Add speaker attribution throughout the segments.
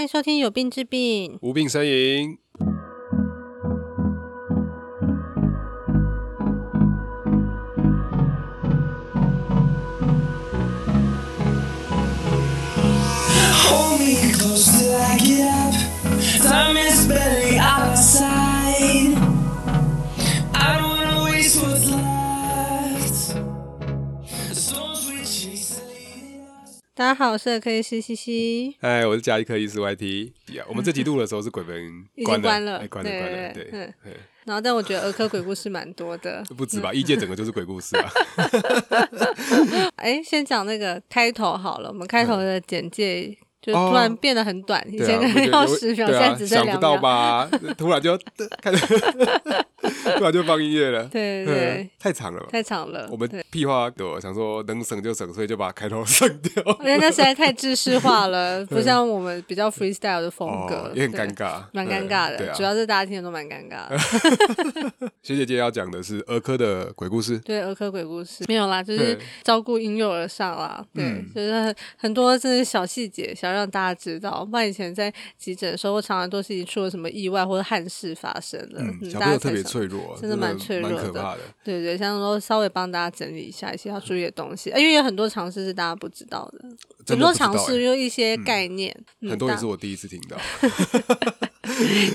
Speaker 1: 迎收听《有病治病》，
Speaker 2: 无病呻吟。
Speaker 3: Hold me close till I get up. Time is barely on our side. I don't wanna waste what's left. The storms we chase are leading us.
Speaker 1: 大家好，我是儿科医师西西，
Speaker 2: 哎，我是加医科医师 YT。呀我们这集录的时候是鬼门
Speaker 1: 已经
Speaker 2: 关了，
Speaker 1: 关了
Speaker 2: 哎关了，
Speaker 1: 对
Speaker 2: 关了，
Speaker 1: 对
Speaker 2: 对，
Speaker 1: 嗯
Speaker 2: 哎。
Speaker 1: 然后但我觉得儿科鬼故事蛮多的
Speaker 2: 不止吧？异界整个就是鬼故事啊。
Speaker 1: 哎，先讲那个开头好了，我们开头的简介就
Speaker 2: 哦
Speaker 1: 突然变得很短，以
Speaker 2: 对
Speaker 1: 前
Speaker 2: 啊，
Speaker 1: 可
Speaker 2: 我觉
Speaker 1: 能
Speaker 2: 得
Speaker 1: 要
Speaker 2: 我
Speaker 1: 十秒，
Speaker 2: 对
Speaker 1: 现在
Speaker 2: 啊，
Speaker 1: 只剩
Speaker 2: 想
Speaker 1: 两
Speaker 2: 不到
Speaker 1: 秒。
Speaker 2: 吧？ 突然就开始， 突然就放音乐了。
Speaker 1: 对对对
Speaker 2: 嗯太长了吧。
Speaker 1: 太长了，
Speaker 2: 我们
Speaker 1: 对
Speaker 2: 屁话多，想说能省就省，所以就把开头省掉。
Speaker 1: 人家实在太制式化 了，不像我们比较 freestyle 的 风格
Speaker 2: 哦，，也很
Speaker 1: 对
Speaker 2: 尴，尬，
Speaker 1: 蛮尴
Speaker 2: 嗯
Speaker 1: 尬
Speaker 2: 对
Speaker 1: 的。
Speaker 2: 啊
Speaker 1: 主要是大家听的都蛮尴尬的。
Speaker 2: 学姐今天要讲的是儿科的鬼故事。
Speaker 1: 对儿科鬼故事没有啦，就是
Speaker 2: 对
Speaker 1: 照顾婴幼儿上啦，对，
Speaker 2: 嗯
Speaker 1: 就是很很多真的小细节，想让大家知道。不然以前在急诊的时候，常常都是已经出了什么意外或者憾事发生了，
Speaker 2: 嗯，小
Speaker 1: 大
Speaker 2: 朋
Speaker 1: 家
Speaker 2: 友
Speaker 1: 才
Speaker 2: 特别
Speaker 1: 想
Speaker 2: 脆弱，
Speaker 1: 真的蛮脆弱
Speaker 2: 蛮可
Speaker 1: 的
Speaker 2: 怕的。
Speaker 1: 对对，像说稍微帮大家整理一下一些要注意的东西，呃因为有很多常识是大家不知道的，很多
Speaker 2: 真的不知道
Speaker 1: 常识
Speaker 2: 欸
Speaker 1: 有一些概念，嗯
Speaker 2: 很多也
Speaker 1: 大
Speaker 2: 是我第一次听到。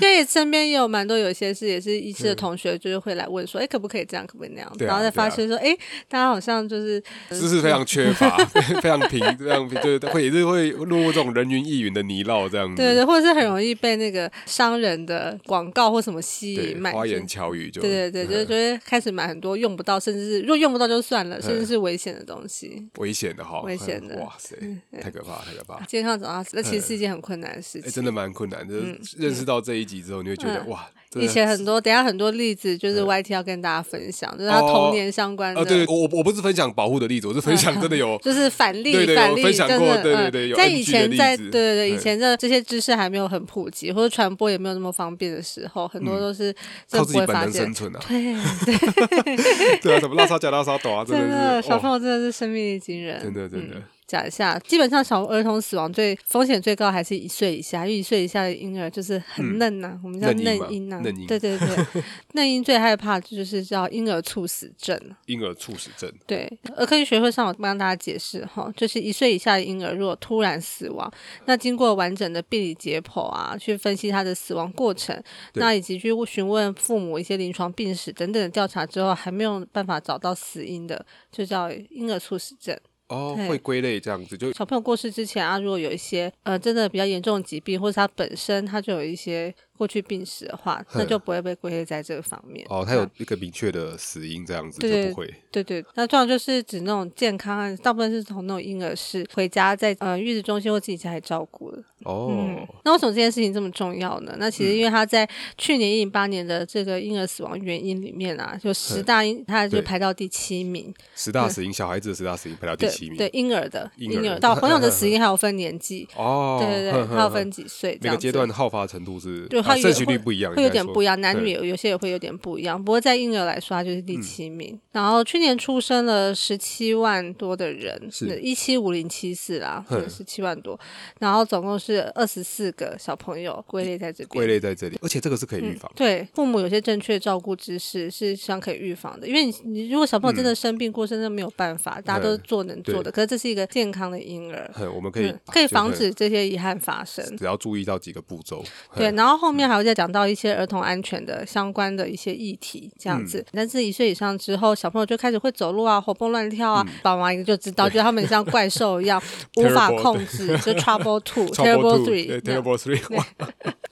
Speaker 1: 因为身边也有蛮多有些是也是医师的同学，就是会来问说，哎，可不可以这样，可不可以那样？
Speaker 2: 对啊
Speaker 1: 然后再发
Speaker 2: 对
Speaker 1: 现
Speaker 2: 啊
Speaker 1: 说，哎，大家好像就是
Speaker 2: 知识非常缺乏， 非常平，非常平，就是会也是会落入这种人云亦云的泥淖这样子。
Speaker 1: 对对，或者是很容易被那个商人的广告或什么吸
Speaker 2: 对
Speaker 1: 引，买
Speaker 2: 花
Speaker 1: 进
Speaker 2: 言巧语就
Speaker 1: 对对对，就是
Speaker 2: 嗯
Speaker 1: 就会开始买很多用不到，甚至是如果用不到就算了，甚至
Speaker 2: 嗯
Speaker 1: 是危险的东西。
Speaker 2: 危险的哈，
Speaker 1: 危险的 嗯啊
Speaker 2: 哇塞，太可怕，太可怕。
Speaker 1: 健康长大，那其实是一件很困难的事
Speaker 2: 哎，
Speaker 1: 情。
Speaker 2: 真的蛮困难的。认识到这一集之后，你会觉得
Speaker 1: 嗯
Speaker 2: 哇，真
Speaker 1: 以
Speaker 2: 的
Speaker 1: 前很多，等一下很多例子就是 YT 要跟大家分享，就是他
Speaker 2: 嗯哦
Speaker 1: 童年相关的，嗯
Speaker 2: 哦，对，对我我不是分享保护的例子，我是分享真的有
Speaker 1: 就是反例，
Speaker 2: 对对
Speaker 1: 反
Speaker 2: 有
Speaker 1: 例
Speaker 2: 分享
Speaker 1: 真
Speaker 2: 过
Speaker 1: 的，
Speaker 2: 对对
Speaker 1: 嗯
Speaker 2: 对有
Speaker 1: 在
Speaker 2: NG
Speaker 1: 以前
Speaker 2: 的例
Speaker 1: 在
Speaker 2: 子
Speaker 1: 对对对，以
Speaker 2: 嗯
Speaker 1: 前的这些知识还没有很普及，或者传播也没有那么方便的时候，很多都是真
Speaker 2: 嗯靠
Speaker 1: 的不
Speaker 2: 自己
Speaker 1: 会
Speaker 2: 本
Speaker 1: 发
Speaker 2: 能
Speaker 1: 现
Speaker 2: 生。存啊。
Speaker 1: 对，
Speaker 2: 对啊，什么拉撒假拉撒抖啊，
Speaker 1: 真的，
Speaker 2: 的是
Speaker 1: 小
Speaker 2: 哇
Speaker 1: 朋友真的是生命力惊人，
Speaker 2: 真的真的
Speaker 1: 嗯讲一下，基本上小儿童死亡最风险最高还是一岁以下，因为一岁以下的婴儿就是很嫩呐、我们叫
Speaker 2: 嗯嫩婴嘛
Speaker 1: 嫩婴呐、啊
Speaker 2: 嫩婴
Speaker 1: 对对 对，嫩婴最害怕的就是叫婴儿猝死症。
Speaker 2: 婴儿猝死症，
Speaker 1: 对，儿科医学会上有帮大家解释哈，就是一岁以下的婴儿如果突然死亡，那经过完整的病理解剖啊，去分析他的死亡过程，
Speaker 2: 对
Speaker 1: 那以及去询问父母一些临床病史等等的调查之后，还没有办法找到死因的，就叫婴儿猝死症。
Speaker 2: 哦，
Speaker 1: 对
Speaker 2: 会归类这样子，就
Speaker 1: 小朋友过世之前啊，如果有一些呃真的比较严重的疾病，或是他本身他就有一些过去病史的话，那就不会被归类在这个方面。
Speaker 2: 哦，它有一个明确的死因这样子
Speaker 1: 对
Speaker 2: 就不会。
Speaker 1: 对对，那通常就是指那种健康案，大部分是从那种婴儿室回家在，呃月子中心或自己家里照顾的。
Speaker 2: 哦，嗯
Speaker 1: 那为什么这件事情这么重要呢？那其实因为他在去年一零八年的这个婴儿死亡原因里面啊，就十大因，他就
Speaker 2: 对
Speaker 1: 排到第七名。
Speaker 2: 十大死因，小孩子的十大死因排到第
Speaker 1: 对
Speaker 2: 七名。
Speaker 1: 对，婴儿的
Speaker 2: 婴儿
Speaker 1: 儿，小朋友的死因还有分年纪。
Speaker 2: 哦，
Speaker 1: 对对对，
Speaker 2: 哼哼
Speaker 1: 还有
Speaker 2: 哼
Speaker 1: 分几岁，这
Speaker 2: 每个
Speaker 1: 样
Speaker 2: 阶
Speaker 1: 子
Speaker 2: 段好发程度是
Speaker 1: 对，
Speaker 2: 啊
Speaker 1: 它有
Speaker 2: 盛行率
Speaker 1: 会
Speaker 2: 不一样，
Speaker 1: 会有
Speaker 2: 应该
Speaker 1: 点
Speaker 2: 说
Speaker 1: 不一样，男女
Speaker 2: 对嗯
Speaker 1: 有有些也会有点不一样。不过在婴儿来说，它就是第七名。然后去年出生了十七万多的人，
Speaker 2: 是
Speaker 1: 一七五零七四啦，
Speaker 2: 哼
Speaker 1: 十七万多。然后总共是二十四个小朋友归类在这边。
Speaker 2: 归类在这里，而且这个是可以预防。
Speaker 1: 对父母有些正确照顾知识是实际上可以预防的，因为你你如果小朋友
Speaker 2: 嗯
Speaker 1: 真的生病过身，那没有办法，大家都是做能做的。可是这是一个健康的婴儿，
Speaker 2: 哼，我们可以
Speaker 1: 嗯可以
Speaker 2: 就
Speaker 1: 防止这些遗憾发生。
Speaker 2: 只要注意到几个步骤。
Speaker 1: 对，
Speaker 2: 哼，
Speaker 1: 然后后面还会再讲到一些儿童安全的相关的一些议题，这样子。
Speaker 2: 嗯
Speaker 1: 但是一岁以上之后，小朋友就开始会走路啊，活蹦乱跳啊，爸妈一个就知道，觉得他们像怪兽一样，无法
Speaker 2: Terrible，
Speaker 1: 控制，就 Trouble Two、
Speaker 2: Trouble
Speaker 1: Terrible
Speaker 2: two，
Speaker 1: Three
Speaker 2: 对
Speaker 1: 这样。
Speaker 2: Terrible Three，哇，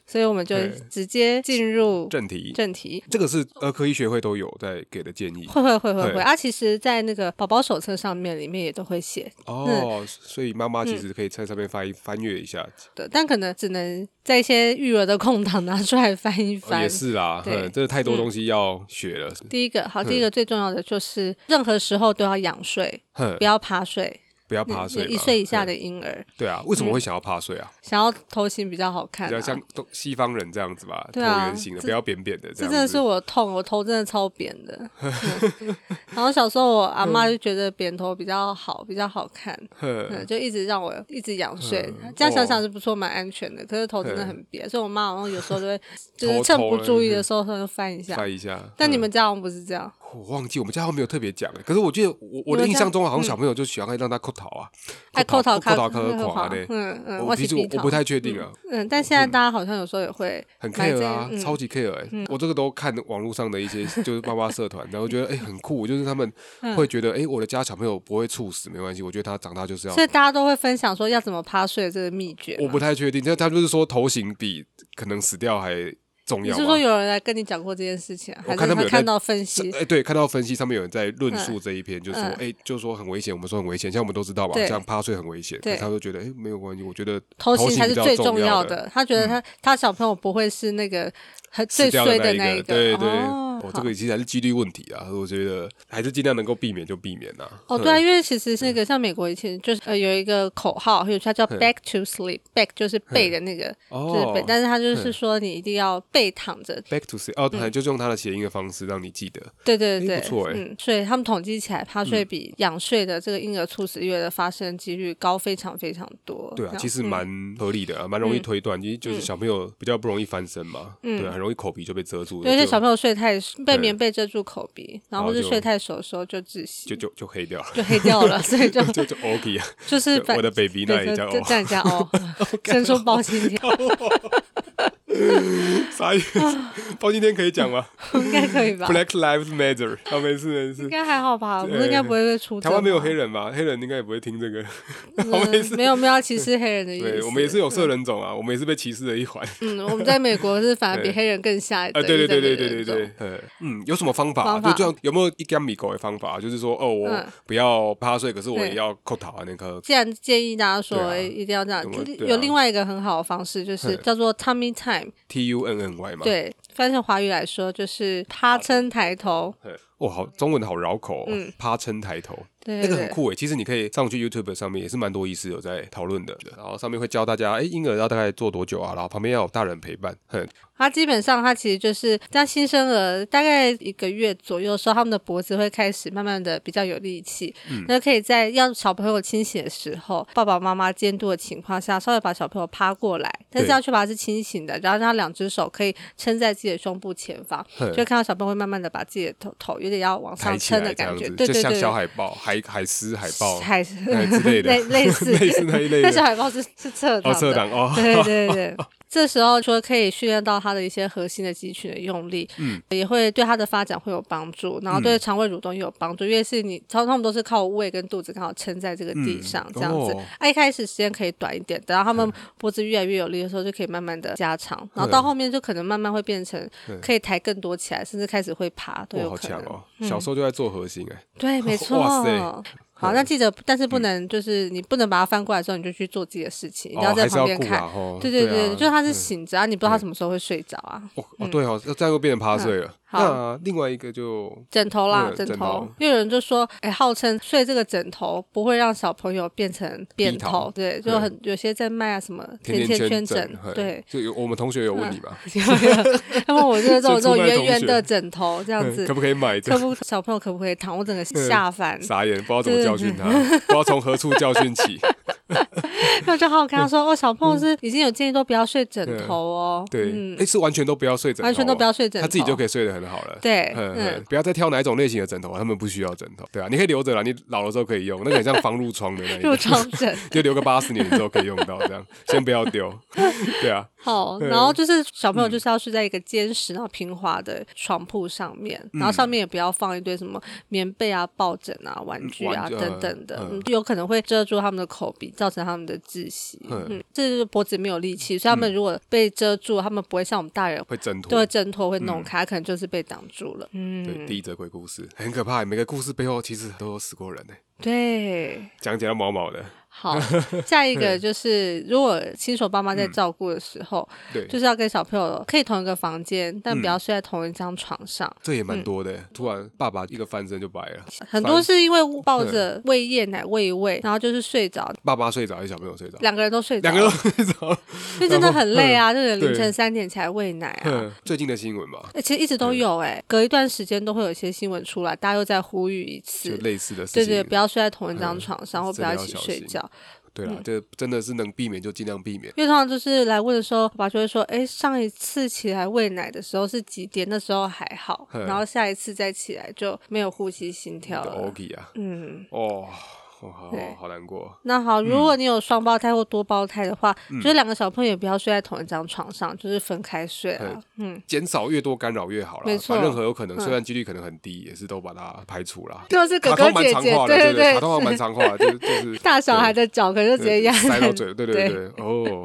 Speaker 1: 所以我们就
Speaker 2: 对
Speaker 1: 直接进入
Speaker 2: 正题，
Speaker 1: 正题。
Speaker 2: 这个是儿科医学会都有在给的建议
Speaker 1: 会会会会
Speaker 2: 对
Speaker 1: 会啊！其实，在那个宝宝手册上面，里面也都会写
Speaker 2: 哦，
Speaker 1: 嗯
Speaker 2: 所以妈妈其实可以在上面翻一翻阅一下，呃
Speaker 1: 的，但可能只能在一些育儿的空档拿出来翻一
Speaker 2: 哦
Speaker 1: 翻。
Speaker 2: 也是啦，
Speaker 1: 对嗯
Speaker 2: 哼，真的太多东西要学了，
Speaker 1: 第一个好，第一个最重要的就是任何时候都要仰睡，
Speaker 2: 哼
Speaker 1: 不，要趴睡。
Speaker 2: 不要趴睡嘛。
Speaker 1: 一岁以下
Speaker 2: 啊对
Speaker 1: 的婴儿，
Speaker 2: 对啊，为什么会想要趴睡啊？
Speaker 1: 想要头型比较好看、
Speaker 2: 比较
Speaker 1: 啊。
Speaker 2: 像东西方人这样子吧，椭
Speaker 1: 对啊
Speaker 2: 圆形的，
Speaker 1: 这
Speaker 2: 不要扁扁的这
Speaker 1: 这
Speaker 2: 样
Speaker 1: 真
Speaker 2: 子。
Speaker 1: 的是我的痛，我头真的超扁的。 嗯然后小时候我阿
Speaker 2: 嗯
Speaker 1: 妈就觉得扁头比较好，比较好看，嗯，
Speaker 2: 呵，
Speaker 1: 就一直让我一直仰睡。这样想
Speaker 2: 哦
Speaker 1: 想是不错，蛮安全的。可是头真的
Speaker 2: 嗯
Speaker 1: 很扁，所以我妈好像有时 候就会，就
Speaker 2: 头
Speaker 1: 是趁
Speaker 2: 头
Speaker 1: 不
Speaker 2: 了
Speaker 1: 注意的时候，她就翻一下。
Speaker 2: 嗯翻一下。
Speaker 1: 但你
Speaker 2: 嗯
Speaker 1: 们家好像不是这样，
Speaker 2: 我忘记我们家好像没有特别讲欸，可是我记得我我的
Speaker 1: 你们
Speaker 2: 印
Speaker 1: 家
Speaker 2: 象中好像小朋友就喜欢让他扣头啊，
Speaker 1: 爱
Speaker 2: 扣
Speaker 1: 扣
Speaker 2: 头
Speaker 1: 头
Speaker 2: 扣
Speaker 1: 卡
Speaker 2: 头扣
Speaker 1: 那个
Speaker 2: 垮
Speaker 1: 垮
Speaker 2: 的。
Speaker 1: 嗯嗯，
Speaker 2: 我
Speaker 1: 是
Speaker 2: 其实
Speaker 1: 鼻
Speaker 2: 我
Speaker 1: 头
Speaker 2: 我不太确定啊，
Speaker 1: 嗯，但现在大家好像有时候也会
Speaker 2: 很
Speaker 1: 买
Speaker 2: care 啊
Speaker 1: 这，嗯
Speaker 2: 超级 care 哎、我这个都看网络上的一些就是妈妈社团，然后觉得哎、很酷，就是他们会觉得哎、我的家小朋友不会猝死没关系，我觉得他长大就是要
Speaker 1: 所。以大家都会分享说要怎么趴睡这个秘诀
Speaker 2: 我
Speaker 1: 嘛。
Speaker 2: 不太确定，但他就是说头型比可能死掉还重
Speaker 1: 你
Speaker 2: 要
Speaker 1: 是说
Speaker 2: 吗？
Speaker 1: 有人来跟你讲过这件事情啊，还
Speaker 2: 我
Speaker 1: 是
Speaker 2: 看他们有在
Speaker 1: 看到分析？
Speaker 2: 哎、对，看到分析上面有人在论述
Speaker 1: 嗯
Speaker 2: 这一篇，就说哎
Speaker 1: 嗯、
Speaker 2: 就说很危险，我们说很危险，像我们都知道嘛，
Speaker 1: 对
Speaker 2: 像趴睡很危险，可
Speaker 1: 对
Speaker 2: 是他就觉得哎、没有关系，我觉得
Speaker 1: 头型才
Speaker 2: 比
Speaker 1: 是
Speaker 2: 较
Speaker 1: 最
Speaker 2: 重
Speaker 1: 重
Speaker 2: 要
Speaker 1: 的。。他觉得他他小朋友不会是那个很
Speaker 2: 死
Speaker 1: 最
Speaker 2: 掉的
Speaker 1: 衰
Speaker 2: 那
Speaker 1: 的
Speaker 2: 一
Speaker 1: 一
Speaker 2: 个，
Speaker 1: 个。
Speaker 2: 对对，
Speaker 1: 哦
Speaker 2: 哦，这个其实还是几率问题啊，我觉得还是尽量能够避免就避免啦。
Speaker 1: 哦，对啊，因为其实那个像美国以前就是呃有一个口号，
Speaker 2: 嗯
Speaker 1: 有它叫 “back to sleep”，back 就是背的那个，就是
Speaker 2: 哦
Speaker 1: 背，但是它就是说你一定要背躺着
Speaker 2: Back to sleep，哦，对，就是用它的谐音的方式让你记得。
Speaker 1: 对对
Speaker 2: 诶
Speaker 1: 对，
Speaker 2: 不错诶嗯
Speaker 1: 嗯，所以他们统计起来，趴睡比仰睡的这个婴儿猝死率的发生几率高非常非常多。
Speaker 2: 对
Speaker 1: 这
Speaker 2: 啊，
Speaker 1: 样
Speaker 2: 其实蛮合理的啊，蛮容
Speaker 1: 嗯
Speaker 2: 易推断，因为就是小朋友比较不容易翻身嘛，对啊，很容易口鼻就被遮住了，
Speaker 1: 有些
Speaker 2: 就
Speaker 1: 小朋友睡太被
Speaker 2: 对
Speaker 1: 棉被遮住口鼻，然后
Speaker 2: 然后
Speaker 1: 或是
Speaker 2: 就
Speaker 1: 睡太熟的时候就窒息，
Speaker 2: 就就就黑掉了，
Speaker 1: 就黑掉了，所以就
Speaker 2: 就就 OK 啊。
Speaker 1: 就是
Speaker 2: 我的 baby 那也
Speaker 1: 对
Speaker 2: 叫
Speaker 1: 就就
Speaker 2: 哦
Speaker 1: 这样 叫哦， 伸出包心跳
Speaker 2: 啥意思？包今天可以讲吗
Speaker 1: 应该可以吧？
Speaker 2: ？Black Lives Matter，啊，没事没
Speaker 1: 应
Speaker 2: 事。
Speaker 1: 该还好吧？我们应该不会被出
Speaker 2: 台湾没有黑
Speaker 1: 人，
Speaker 2: 人吧？黑人应该也不会听这个。好没
Speaker 1: 嗯
Speaker 2: 事
Speaker 1: 没有没有要歧视黑人的意思。
Speaker 2: 对，我们也是有色人种啊，我们也是被歧视的一环。
Speaker 1: 嗯，我们在美国是反而比
Speaker 2: 对
Speaker 1: 黑人更下
Speaker 2: 啊，
Speaker 1: 等
Speaker 2: 对对
Speaker 1: 一
Speaker 2: 对
Speaker 1: 等的
Speaker 2: 对对对
Speaker 1: 人种
Speaker 2: 对，呃嗯，有什么方法啊？
Speaker 1: 方法
Speaker 2: 就这样，有没有一根米狗的方法啊？就是说，哦，我
Speaker 1: 嗯
Speaker 2: 不要趴睡，可是我也
Speaker 1: 对
Speaker 2: 要扣头啊，那个
Speaker 1: 既然建议大家说、
Speaker 2: 对啊
Speaker 1: 哎一定要这样
Speaker 2: 有，对啊
Speaker 1: 有另外一个很好的方式，就是
Speaker 2: 嗯
Speaker 1: 叫做 tummy time。
Speaker 2: T U N N Y 嘛。，
Speaker 1: 对，翻成华语来说就是趴撑抬头。
Speaker 2: 哇，好，中文好绕口、哦，趴撑抬头，
Speaker 1: 对
Speaker 2: 那
Speaker 1: 对
Speaker 2: 个很
Speaker 1: 对，
Speaker 2: 酷诶。欸其实你可以上去 YouTube 上面也是蛮多医师有在讨论的，然后上面会教大家，哎，婴儿要大概做多久啊，然后旁边要有大人陪伴，哼，
Speaker 1: 它基本上它其实就是在新生儿大概一个月左右的时候，他们的脖子会开始慢慢的比较有力气，
Speaker 2: 嗯
Speaker 1: 那可以在要小朋友清醒的时候，爸爸妈妈监督的情况下，稍微把小朋友趴过来，但是
Speaker 2: 对
Speaker 1: 要确保他是清醒的，然后让他两只手可以撑在自己的胸部前方，
Speaker 2: 哼
Speaker 1: 就会看到小朋友会慢慢的把自己的头头有点要往
Speaker 2: 抬
Speaker 1: 上
Speaker 2: 起
Speaker 1: 撑
Speaker 2: 来
Speaker 1: 的
Speaker 2: 这
Speaker 1: 感
Speaker 2: 样
Speaker 1: 觉，
Speaker 2: 子，
Speaker 1: 对
Speaker 2: 就
Speaker 1: 对
Speaker 2: 像
Speaker 1: 对，
Speaker 2: 小海豹、海海狮、海豹
Speaker 1: 海
Speaker 2: 哎之类的
Speaker 1: 类类似
Speaker 2: 类似那一类
Speaker 1: 但是
Speaker 2: 的，
Speaker 1: 海豹是是侧
Speaker 2: 哦，
Speaker 1: 躺
Speaker 2: 侧
Speaker 1: 的，
Speaker 2: 挡 哦，
Speaker 1: 对对对。这时候说可以训练到它的一些核心的肌群的用力，嗯，也会对它的发展会有帮助，
Speaker 2: 嗯
Speaker 1: 然后对肠胃蠕动也有帮助，因为是你，他们都是靠胃跟肚子刚好撑在这个地上、
Speaker 2: 嗯
Speaker 1: 这样子
Speaker 2: 哦。
Speaker 1: 啊，一开始时间可以短一点，等到他们脖子越来越有力的时候，就可以慢慢的加长，然后到后面就可能慢慢会变成可以抬更多起来，甚至开始会爬都
Speaker 2: 哇，
Speaker 1: 有
Speaker 2: 好
Speaker 1: 可
Speaker 2: 强
Speaker 1: 能。嗯
Speaker 2: 哦，小时候就在做核心哎。
Speaker 1: 对，没错。
Speaker 2: 哇塞嗯
Speaker 1: 好，那记得，但是不能就是你不能把它翻过来之后，你就去做自己的事情，你
Speaker 2: 哦
Speaker 1: 要在
Speaker 2: 还是
Speaker 1: 旁
Speaker 2: 要
Speaker 1: 边
Speaker 2: 顾
Speaker 1: 看
Speaker 2: 啦吼。
Speaker 1: 对
Speaker 2: 对
Speaker 1: 对
Speaker 2: 啊
Speaker 1: 对，就是它是醒着啊，你不知道它什么时候会睡着啊。
Speaker 2: 哦哦，对哦，那这样又变成趴睡了。
Speaker 1: 嗯好
Speaker 2: 那另外一个就
Speaker 1: 枕头啦
Speaker 2: 嗯，
Speaker 1: 枕
Speaker 2: 枕头
Speaker 1: 头，又有人就说，哎，号称睡这个枕头不会让小朋友变成扁
Speaker 2: 低头
Speaker 1: 头，对，就很有些在卖啊什么
Speaker 2: 甜
Speaker 1: 甜
Speaker 2: 圈
Speaker 1: 圈枕，
Speaker 2: 嘿
Speaker 1: 对， 嗯
Speaker 2: 就有我们同学有问你吧，
Speaker 1: 他们我就是这种
Speaker 2: 就
Speaker 1: 这
Speaker 2: 出
Speaker 1: 种
Speaker 2: 卖
Speaker 1: 圆
Speaker 2: 同
Speaker 1: 圆
Speaker 2: 学
Speaker 1: 的枕头这样子
Speaker 2: 可，不可以买这
Speaker 1: 可
Speaker 2: 个？
Speaker 1: 不小朋友可不可以躺？我整个吓 翻，
Speaker 2: 傻眼，不知道怎么教训他，不知道从何处教 训起。
Speaker 1: 那就好好跟 他说，哦，小朋友是已经有建议都不要睡枕头哦，
Speaker 2: 对，哎，是完全都不要睡枕头哦，
Speaker 1: 完全都不要睡枕头
Speaker 2: 他自己就可以睡得很好了。
Speaker 1: 对
Speaker 2: 嗯
Speaker 1: 嗯
Speaker 2: 嗯不要再挑哪一种类型的枕头啊，他们不需要枕头。对啊，你可以留着啦，你老的时候可以用，那个很像防褥窗的那一
Speaker 1: 入
Speaker 2: 种，
Speaker 1: 床枕。
Speaker 2: 就留个八十年之后可以用到，这样先不要丢。 对嗯啊，
Speaker 1: 好，然后就是小朋友就是要睡在一个坚实然后平滑的床铺上面，然后
Speaker 2: 嗯
Speaker 1: 上面也不要放一堆什么棉被啊、抱枕啊、玩具啊
Speaker 2: 玩具呃
Speaker 1: 等等的，
Speaker 2: 嗯
Speaker 1: 嗯，有可能会遮住他们的口鼻，造成他们的窒息。
Speaker 2: 嗯
Speaker 1: 嗯，这就是脖子没有力气，所以他们如果被遮住，他们不会像我们大人
Speaker 2: 会挣脱。
Speaker 1: 都会挣脱、会弄开，可能就是被挡住了。
Speaker 2: 对，
Speaker 1: 嗯，
Speaker 2: 第一则鬼故事很可怕，每个故事背后其实都有死过人呢。欸
Speaker 1: 对。
Speaker 2: 讲起来毛毛的，
Speaker 1: 好，下一个就是如果新手爸妈在照顾的时候，
Speaker 2: 嗯对，嗯
Speaker 1: 就是要跟小朋友可以同一个房间，但不要睡在同一张床上。
Speaker 2: 这也蛮多的。突然爸爸一个翻身就白了，
Speaker 1: 很多嗯是因为抱着喂夜奶喂一喂，然后就是睡着，
Speaker 2: 爸爸睡着，还是小朋友睡着，
Speaker 1: 两个人都睡着
Speaker 2: 两
Speaker 1: 了，
Speaker 2: 个都睡着了。
Speaker 1: 因为真的很累 啊，就是
Speaker 2: 对
Speaker 1: 凌晨三点起来喂奶啊。
Speaker 2: 嗯最近的新闻吧，
Speaker 1: 欸其实一直都有哎、隔一段时间都会有一些新闻出来，大家又在呼吁一
Speaker 2: 就
Speaker 1: 次，
Speaker 2: 类似的事
Speaker 1: 对
Speaker 2: 情。
Speaker 1: 对，不要睡在同一张床上，
Speaker 2: 嗯
Speaker 1: 或不要一
Speaker 2: 真的
Speaker 1: 起
Speaker 2: 要小
Speaker 1: 睡
Speaker 2: 心
Speaker 1: 觉。
Speaker 2: 对
Speaker 1: 嗯
Speaker 2: 啦，这真的是能避免就尽量避免。
Speaker 1: 因为通常就是来问的时候，爸爸就会说：“哎，上一次起来喂奶的时候是几点？那时候还好，
Speaker 2: 嗯
Speaker 1: 然后下一次再起来就没有呼吸、心跳了。
Speaker 2: OK 啊，
Speaker 1: 嗯，
Speaker 2: 哦，哦好
Speaker 1: 对
Speaker 2: 好难过。
Speaker 1: 那好，如
Speaker 2: 嗯
Speaker 1: 果你有双胞胎或多胞胎的话，就是两个小朋友也不要睡在同一张床上，就是分开睡啊。嗯，
Speaker 2: 减少越多干扰越好啦，
Speaker 1: 没错嗯
Speaker 2: 把任何有可能，虽然几率可能很低，也是都把它排除啦。
Speaker 1: 就是哥
Speaker 2: 卡
Speaker 1: 哥
Speaker 2: 通蛮
Speaker 1: 姐
Speaker 2: 长
Speaker 1: 姐，
Speaker 2: 话的，
Speaker 1: 对
Speaker 2: 对
Speaker 1: 对
Speaker 2: 卡通话蛮长话 的，就是就是
Speaker 1: 大小孩
Speaker 2: 对
Speaker 1: 的脚可能就直接压
Speaker 2: 塞到
Speaker 1: 在
Speaker 2: 嘴，对对对，哦，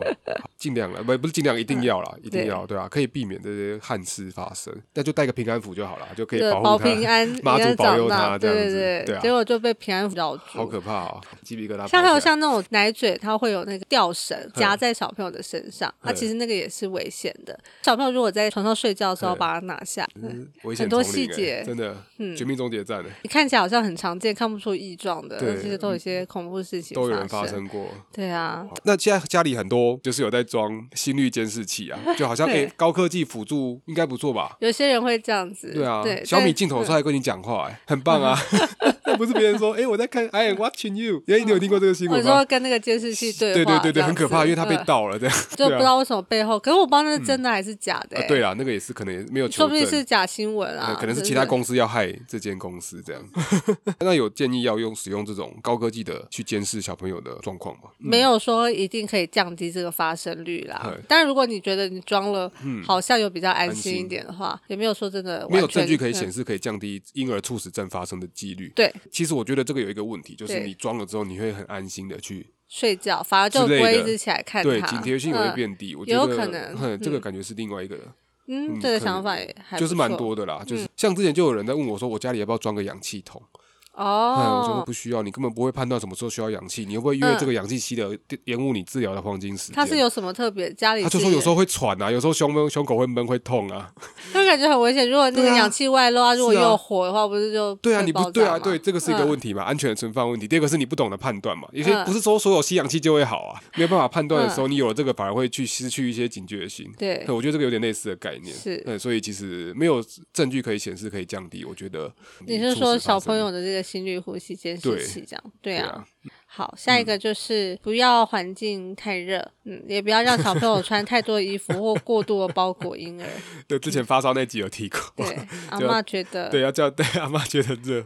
Speaker 2: 尽量了，不不是尽量，一定要啦，
Speaker 1: 嗯
Speaker 2: 一定要，对啊，可以避免这些憾事发生，那就带个平安符就好了，就可以
Speaker 1: 对
Speaker 2: 保护他，
Speaker 1: 平安，
Speaker 2: 妈
Speaker 1: 平
Speaker 2: 祖
Speaker 1: 安
Speaker 2: 保佑
Speaker 1: 长
Speaker 2: 他
Speaker 1: 大，
Speaker 2: 这
Speaker 1: 对
Speaker 2: 样
Speaker 1: 对
Speaker 2: 子，对
Speaker 1: 对，结
Speaker 2: 啊，
Speaker 1: 果就被平安符绕
Speaker 2: 好
Speaker 1: 住。
Speaker 2: 可怕哦，鸡皮疙瘩跑起来。
Speaker 1: 像还有像那种奶嘴，它会有那个吊绳夹在小朋友的身上，那
Speaker 2: 嗯
Speaker 1: 其实那个也是危险的。小朋友如果在床上睡觉的时候
Speaker 2: 嗯
Speaker 1: 把它拿下，嗯
Speaker 2: 嗯危险
Speaker 1: 很多
Speaker 2: 丛林
Speaker 1: 细
Speaker 2: 欸
Speaker 1: 节嗯
Speaker 2: 真的，绝命终结战欸
Speaker 1: 你看起来好像很常见，看不出异状的，
Speaker 2: 对
Speaker 1: 但其实都有一些恐怖事情
Speaker 2: 都有人发
Speaker 1: 发。
Speaker 2: 生过。
Speaker 1: 对啊，
Speaker 2: 那现在家里很多就是有在装心率监视器啊，就好像哎、
Speaker 1: 对
Speaker 2: 欸高科技辅助应该不错吧？
Speaker 1: 有些人会这样子。
Speaker 2: 对啊，
Speaker 1: 嗯对，
Speaker 2: 小米
Speaker 1: 但嗯
Speaker 2: 镜头出来跟你讲话、欸，很 棒啊！那不是别人说，哎、我在看，I am watching you。哎，你有听过这个新
Speaker 1: 我
Speaker 2: 闻
Speaker 1: 哦说
Speaker 2: 吗？
Speaker 1: 跟那个监视器对
Speaker 2: 对对
Speaker 1: 话，
Speaker 2: 对
Speaker 1: 这
Speaker 2: 对，
Speaker 1: 样
Speaker 2: 很可
Speaker 1: 子
Speaker 2: 怕，因为他被
Speaker 1: 嗯
Speaker 2: 盗了，这样
Speaker 1: 就
Speaker 2: 对
Speaker 1: 不
Speaker 2: 啊
Speaker 1: 知道为什么背后，可是我不知道那是真的还是假的、
Speaker 2: 啊
Speaker 1: 欸
Speaker 2: 对啦，那个也是可能也没有求
Speaker 1: 说
Speaker 2: 证，
Speaker 1: 不定是假新闻啊
Speaker 2: 呃，可能是
Speaker 1: 就
Speaker 2: 其他公司要害这间公司这样。 那有建议要用使用这种高科技的去监视小朋友的状况吗？
Speaker 1: 没有说一定可以降低这个发生率啦
Speaker 2: 对。
Speaker 1: 但如果你觉得你装了，好像有比较安心一点的话，也没有说真的
Speaker 2: 嗯没有
Speaker 1: 完全
Speaker 2: 证据可以显
Speaker 1: 嗯
Speaker 2: 示可以降低婴儿猝死症发生的几率。
Speaker 1: 对
Speaker 2: 其实我觉得这个有一个问题，就是
Speaker 1: 对
Speaker 2: 你装了之后，你会很安心的去
Speaker 1: 睡觉，反而就
Speaker 2: 之
Speaker 1: 不
Speaker 2: 类
Speaker 1: 会
Speaker 2: 的
Speaker 1: 一直起来看
Speaker 2: 对
Speaker 1: 它。嗯
Speaker 2: 警觉性也会变低。我觉
Speaker 1: 有
Speaker 2: 得
Speaker 1: 可能
Speaker 2: 哼这个感觉是另外一个，
Speaker 1: 嗯，
Speaker 2: 嗯
Speaker 1: 嗯，这个
Speaker 2: 可
Speaker 1: 想
Speaker 2: 能
Speaker 1: 法也还
Speaker 2: 就是
Speaker 1: 不
Speaker 2: 蛮
Speaker 1: 错嗯
Speaker 2: 多的啦。就是像之前就有人在问我说，我家里要不要装个氧气筒？嗯，我说
Speaker 1: 哦。嗯
Speaker 2: 不需要，你根本不会判断什么时候需要氧气，你会不会因为这个氧气吸的延误你治疗的黄金时间？
Speaker 1: 它是有什么特别？家里
Speaker 2: 他就是说有时候会喘啊，有时候胸闷、胸口会闷、会痛啊。
Speaker 1: 就感觉很危险。如果那个
Speaker 2: 对啊
Speaker 1: 氧气外露啊，如果
Speaker 2: 是啊
Speaker 1: 又火的话，不是就
Speaker 2: 对啊，
Speaker 1: 会
Speaker 2: 你不
Speaker 1: 爆
Speaker 2: 对
Speaker 1: 炸
Speaker 2: 啊，
Speaker 1: 吗
Speaker 2: 对，这个是一个
Speaker 1: 嗯
Speaker 2: 问题嘛，安全的存放问题。第二个是你不懂得判断嘛，有些
Speaker 1: 嗯
Speaker 2: 不是说所有吸氧气就会好啊，没有办法判断的时候，你有了这个反而会去失去一些警觉性。
Speaker 1: 对
Speaker 2: 我觉得这个有点类似的概念。
Speaker 1: 是
Speaker 2: 对，所以其实没有证据可以显示可以降低，我觉得
Speaker 1: 你
Speaker 2: 促
Speaker 1: 是
Speaker 2: 使
Speaker 1: 说
Speaker 2: 发
Speaker 1: 小
Speaker 2: 生
Speaker 1: 朋友的这个心率呼吸监
Speaker 2: 对
Speaker 1: 视器这样？对
Speaker 2: 对
Speaker 1: 啊
Speaker 2: 啊。，嗯
Speaker 1: 好，下一个就是不要环境太热，嗯，也不要让小朋友穿太多衣服或过度的包裹 婴儿。
Speaker 2: 对，之前发烧那集有提过。
Speaker 1: 对，阿
Speaker 2: 就
Speaker 1: 嬷觉得，
Speaker 2: 对，要啊叫对阿妈觉得热，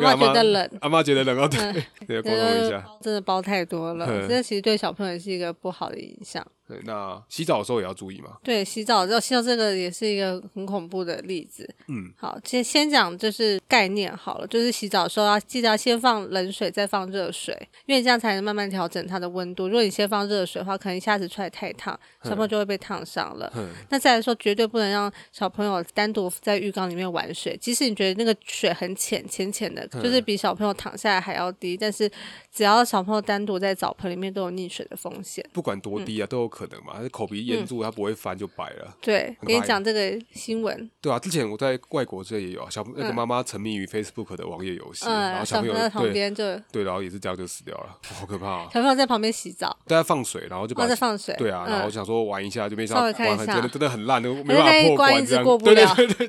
Speaker 1: 阿
Speaker 2: 跟
Speaker 1: 嬷觉
Speaker 2: 妈
Speaker 1: 得冷嗯
Speaker 2: 阿妈觉得冷哦，对，对，沟通一
Speaker 1: 这
Speaker 2: 下。
Speaker 1: 真的包太多了
Speaker 2: 嗯，
Speaker 1: 这其实对小朋友也是一个不好的影响。
Speaker 2: 对那洗澡的时候也要注意嘛。
Speaker 1: 对，洗澡之后，洗澡这个也是一个很恐怖的例子。
Speaker 2: 嗯，
Speaker 1: 好，先先讲就是概念好了，就是洗澡的时候要记得要先放冷水，再放热水，因为你这样才能慢慢调整它的温度。如果你先放热水的话，可能一下子出来太烫，小朋友就会被烫伤了。
Speaker 2: 嗯
Speaker 1: 那再来说，绝对不能让小朋友单独在浴缸里面玩水，即使你觉得那个水很浅，浅浅的，
Speaker 2: 嗯
Speaker 1: 就是比小朋友躺下来还要低，但是只要小朋友单独在澡盆里面都有溺水的风险。
Speaker 2: 不管多
Speaker 1: 嗯
Speaker 2: 低啊，都有可能嘛。那口鼻淹住，它不会翻就白了。
Speaker 1: 对，
Speaker 2: 很
Speaker 1: 给你
Speaker 2: 白
Speaker 1: 讲这个新闻，
Speaker 2: 对啊，之前我在外国这也有啊，小那个妈妈沉迷于 Facebook 的网页游戏，然
Speaker 1: 嗯
Speaker 2: 后
Speaker 1: 嗯，小
Speaker 2: 朋
Speaker 1: 朋
Speaker 2: 友
Speaker 1: 友在旁
Speaker 2: 对
Speaker 1: 边就
Speaker 2: 对，然后也是这样就死掉了， 好可怕啊！
Speaker 1: 小朋友在旁边洗澡，
Speaker 2: 大家放水，然后就
Speaker 1: 然
Speaker 2: 把
Speaker 1: 后哦在放水，
Speaker 2: 对啊，然后
Speaker 1: 嗯
Speaker 2: 想说玩一下，就没想
Speaker 1: 稍微
Speaker 2: 到
Speaker 1: 看一
Speaker 2: 玩很
Speaker 1: 下
Speaker 2: 真的真的很烂，都没
Speaker 1: 可是那
Speaker 2: 办法
Speaker 1: 一
Speaker 2: 破
Speaker 1: 关一
Speaker 2: 关
Speaker 1: 直
Speaker 2: 这样。
Speaker 1: 过不
Speaker 2: 对
Speaker 1: 了
Speaker 2: 对对对